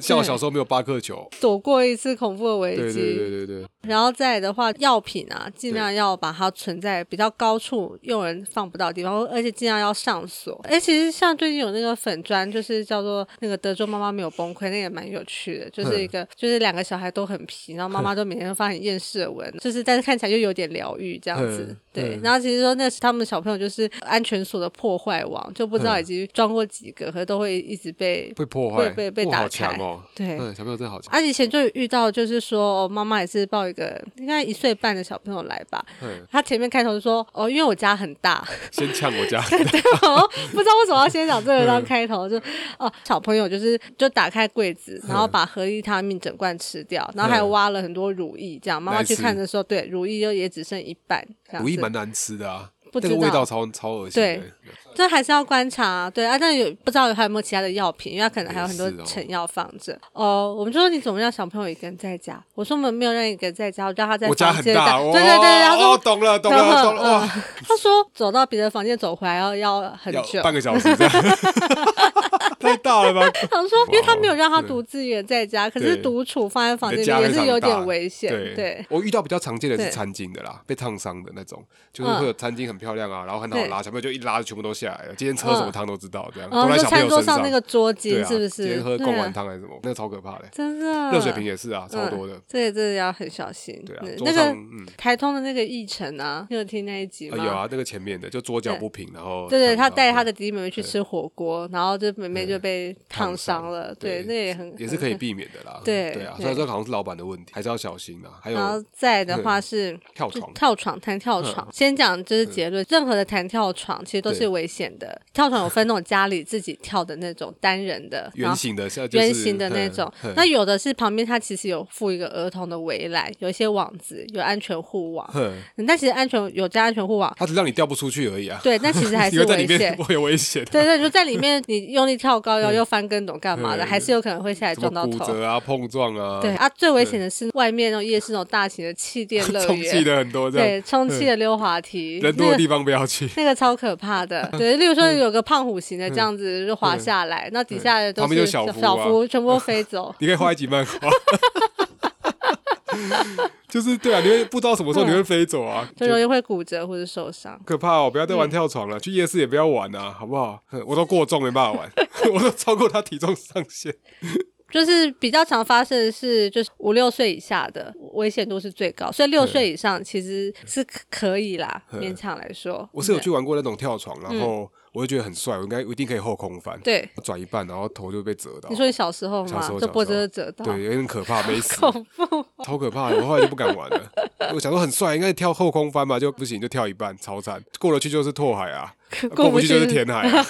Speaker 2: 像我小时候没有巴克球。
Speaker 1: 躲过一次恐怖的危机，
Speaker 2: 对对对对对，
Speaker 1: 然后再来的话，药品啊，尽量要把它存在比较高处，用人放不到的地方，而且尽量要上锁。哎，其实像最近有那个粉砖，就是叫做那个德州妈妈没有崩溃，那也蛮有趣的，就是一
Speaker 2: 嗯
Speaker 1: 个就是两个小孩都很皮，然后妈妈都每天都发很厌世的文，就是但是看起来又有点疗愈这样子
Speaker 2: 嗯。
Speaker 1: 对
Speaker 2: 嗯，
Speaker 1: 然后其实说那是他们小朋友就是安全锁的破坏网，就不知道已经装过几个，可是都会一直被
Speaker 2: 会破坏，
Speaker 1: 被被被
Speaker 2: 哇
Speaker 1: 打
Speaker 2: 好强
Speaker 1: 开
Speaker 2: 哦。
Speaker 1: 对
Speaker 2: 嗯，小朋友真的好强。
Speaker 1: 啊，以前就有遇到，就是说，哦妈妈也是抱一个应该一岁半的小朋友来吧。
Speaker 2: 嗯，
Speaker 1: 他前面开头就说：“哦，因为我家很大，
Speaker 2: 先呛我家，
Speaker 1: 然后不知道为什么要先讲这个当开头，就哦，小朋友就是就打开柜子，然后把合力他命整罐吃掉，然后还
Speaker 2: 嗯
Speaker 1: 挖了很多乳液，这样妈妈去
Speaker 2: Nice
Speaker 1: 看的时候，对，乳液就也只剩一半，这样
Speaker 2: 五一
Speaker 1: 子
Speaker 2: 蛮难吃的啊，
Speaker 1: 不
Speaker 2: 那
Speaker 1: 知
Speaker 2: 个味
Speaker 1: 道
Speaker 2: 道超超恶心的。
Speaker 1: 这还是要观察、啊，对啊，但有不知道还有没有其他的药品，因为他可能还有很多
Speaker 2: 也是哦
Speaker 1: 成药放着。哦、我们就说你怎么让小朋友一个人在家？我说我们没有让你一个人在家，我让他在
Speaker 2: 我家
Speaker 1: 房
Speaker 2: 很
Speaker 1: 间
Speaker 2: 大，
Speaker 1: 待
Speaker 2: 哦
Speaker 1: 对对对，他说、
Speaker 2: 哦，懂了，懂了，懂了，
Speaker 1: 嗯
Speaker 2: 哇，
Speaker 1: 他说走到别的房间走回来要要很
Speaker 2: 要
Speaker 1: 久。
Speaker 2: 半个小 时这样，太大了吧？
Speaker 1: 他说，因为他没有让他
Speaker 2: 对
Speaker 1: 独自一个人在家，可是
Speaker 2: 对
Speaker 1: 独处放在 房
Speaker 2: 你
Speaker 1: 间里面也
Speaker 2: 的家非
Speaker 1: 是
Speaker 2: 常
Speaker 1: 有
Speaker 2: 大
Speaker 1: 点危险。
Speaker 2: 对，
Speaker 1: 对，
Speaker 2: 我遇到比较常见的
Speaker 1: 对
Speaker 2: 是餐巾的啦，被烫伤的那种，就是
Speaker 1: 嗯
Speaker 2: 会有餐巾很漂亮啊，然后很好拉，小朋友就一拉就全部都下来了。今天喝什么汤都知道，这样
Speaker 1: 嗯然
Speaker 2: 都
Speaker 1: 后就
Speaker 2: 在小朋
Speaker 1: 餐
Speaker 2: 友
Speaker 1: 桌
Speaker 2: 身
Speaker 1: 上那个桌
Speaker 2: 对
Speaker 1: 巾
Speaker 2: 啊，
Speaker 1: 是不
Speaker 2: 今
Speaker 1: 是？
Speaker 2: 天喝
Speaker 1: 对
Speaker 2: 贡丸
Speaker 1: 啊，
Speaker 2: 汤还是什么，那个超可怕的，
Speaker 1: 真的
Speaker 2: 热水瓶也是啊，超多的
Speaker 1: 嗯。，这个真的要很小心。
Speaker 2: 对啊
Speaker 1: 嗯
Speaker 2: 桌
Speaker 1: 那个
Speaker 2: 上嗯
Speaker 1: 台通的那个议程啊，你有听那一集
Speaker 2: 啊
Speaker 1: 吗？
Speaker 2: 有啊，那个前面的就桌脚不平，然后
Speaker 1: 对对，
Speaker 2: 烫到
Speaker 1: 他带他的弟弟妹妹去吃火锅，然后这妹妹就被烫
Speaker 2: 烫
Speaker 1: 伤了。对，那也很
Speaker 2: 也是可以。
Speaker 1: 很
Speaker 2: 避免的啦。
Speaker 1: 对
Speaker 2: 对啊，
Speaker 1: 对
Speaker 2: 虽然说好像是老板的问题，还是要小心啊。还
Speaker 1: 然后
Speaker 2: 有
Speaker 1: 再的
Speaker 2: 嗯
Speaker 1: 话是
Speaker 2: 跳
Speaker 1: 就
Speaker 2: 床，嗯
Speaker 1: 跳床、弹跳床。先讲就是结论，任何的弹跳床其实都是
Speaker 2: 对
Speaker 1: 危险的。跳床有分那种家里自己跳的那种单人的，然
Speaker 2: 圆
Speaker 1: 后
Speaker 2: 形的，像就是
Speaker 1: 圆形的那种
Speaker 2: 嗯，
Speaker 1: 那有的是旁边它其实有附一个儿童的围栏，有一些网子，有安全护网。
Speaker 2: 嗯嗯
Speaker 1: 嗯但其实安全有加安全护网，
Speaker 2: 他只让你掉不出去而已啊。
Speaker 1: 对，但其实还是
Speaker 2: 因为在里
Speaker 1: 危
Speaker 2: 面
Speaker 1: 险。
Speaker 2: 会有危险啊。
Speaker 1: 对对，就在里面，你用力跳高腰又翻跟斗干嘛的，
Speaker 2: 嗯
Speaker 1: 还是有可能会下来
Speaker 2: 什
Speaker 1: 撞到
Speaker 2: 么骨
Speaker 1: 头。
Speaker 2: 折啊、碰撞啊，
Speaker 1: 对，啊，最危险的是外面那种夜市那种大型的气 垫乐
Speaker 2: 充气
Speaker 1: 园，
Speaker 2: 的很多这样，
Speaker 1: 对，充气的溜滑梯，
Speaker 2: 人多的地方不要去。
Speaker 1: 那个超可怕 的，对，例如
Speaker 2: 嗯
Speaker 1: 说有个胖虎型的这样子就滑下来，那底下的都
Speaker 2: 旁边
Speaker 1: 是
Speaker 2: 就小夫啊。
Speaker 1: 夫，全部都飞走
Speaker 2: 你可以画一集漫画。就是对啊，你会不知道什么时候你会飞走啊，
Speaker 1: 嗯就容易会嗯骨折或者受伤，
Speaker 2: 可怕哦！不要再玩跳床了，去夜市也不要玩啊，好不好？ 哼我都过重没办法玩， 我都超过他体重上限。
Speaker 1: 就是比较常发生的是，就是五六岁以下的危险度是最高，所以六岁以上其实是可可以啦，勉强来说。
Speaker 2: 我是有去玩过那种跳床，然后我就觉得很帅，我应该我一定可以后空翻，
Speaker 1: 嗯对，
Speaker 2: 转一半，然后头就被折到
Speaker 1: 你。说你小时候
Speaker 2: 小
Speaker 1: 嘛
Speaker 2: 时候，
Speaker 1: 就脖
Speaker 2: 小时候
Speaker 1: 子就折到，
Speaker 2: 对，有点可怕，没死，
Speaker 1: 恐怖。哦
Speaker 2: 超可怕的，我后来就不敢玩了。我想说很帅，应该跳后空翻嘛，就不行，就跳一半，超惨，过得去就是拓海啊， 过不去就是填海、啊，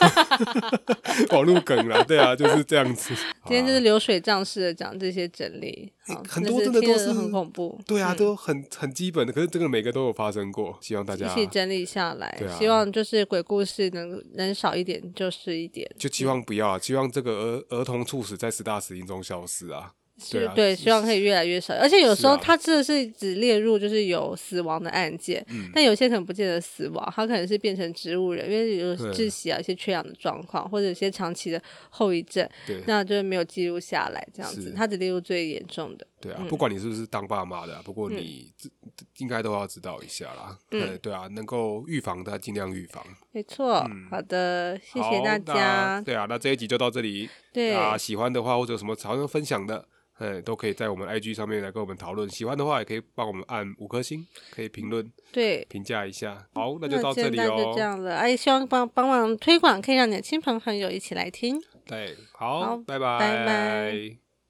Speaker 2: 网路梗啦，对啊，就是这样子。
Speaker 1: 今天就是流水账式的讲这些整理，好
Speaker 2: 啊很多
Speaker 1: 是
Speaker 2: 真的
Speaker 1: 听
Speaker 2: 都
Speaker 1: 着
Speaker 2: 是
Speaker 1: 很恐怖。嗯
Speaker 2: 对啊，都很很基本的，可是这个每个都有发生过，希望大
Speaker 1: 一
Speaker 2: 家
Speaker 1: 起整理下来，
Speaker 2: 对啊
Speaker 1: 希望就是鬼故事能能少一点就是一点，
Speaker 2: 就期望不要啊，期望这个儿儿童猝死在十大死因中消失啊。对
Speaker 1: 是
Speaker 2: 啊，
Speaker 1: 对，希望可以越来越少。而且有时候
Speaker 2: 是啊
Speaker 1: 它真的是只列入就是有死亡的案件，
Speaker 2: 嗯
Speaker 1: 但有些可能不见得死亡，它可能是变成植物人，因为有
Speaker 2: 对
Speaker 1: 窒息啊、一些缺氧的状况，或者有些长期的后遗症，
Speaker 2: 对
Speaker 1: 那就是没有记录下来这样
Speaker 2: 是
Speaker 1: 子。它只列入最严重的。
Speaker 2: 对啊，不管你是不是当爸妈的啊、不过
Speaker 1: 嗯
Speaker 2: 你这、这应该都要知道一下啦。嗯，对啊，能够预防的尽量预防。
Speaker 1: 没错，好的，谢谢
Speaker 2: 嗯好
Speaker 1: 大
Speaker 2: 那
Speaker 1: 家。
Speaker 2: 对啊，那这一集就到这里。
Speaker 1: 对
Speaker 2: 啊，喜欢的话或者有什么想要分享的，嗯，都可以在我们 IG 上面来跟我们讨论。喜欢的话也可以帮我们按五颗星，可以评论
Speaker 1: 对，
Speaker 2: 评价一下。好，那
Speaker 1: 那
Speaker 2: 就到这
Speaker 1: 现
Speaker 2: 里
Speaker 1: 在
Speaker 2: 哦
Speaker 1: 就这。样了。哎，希望帮帮忙推广，可以让你的亲朋好友一起来听。
Speaker 2: 对，好，
Speaker 1: 好
Speaker 2: 拜
Speaker 1: 拜拜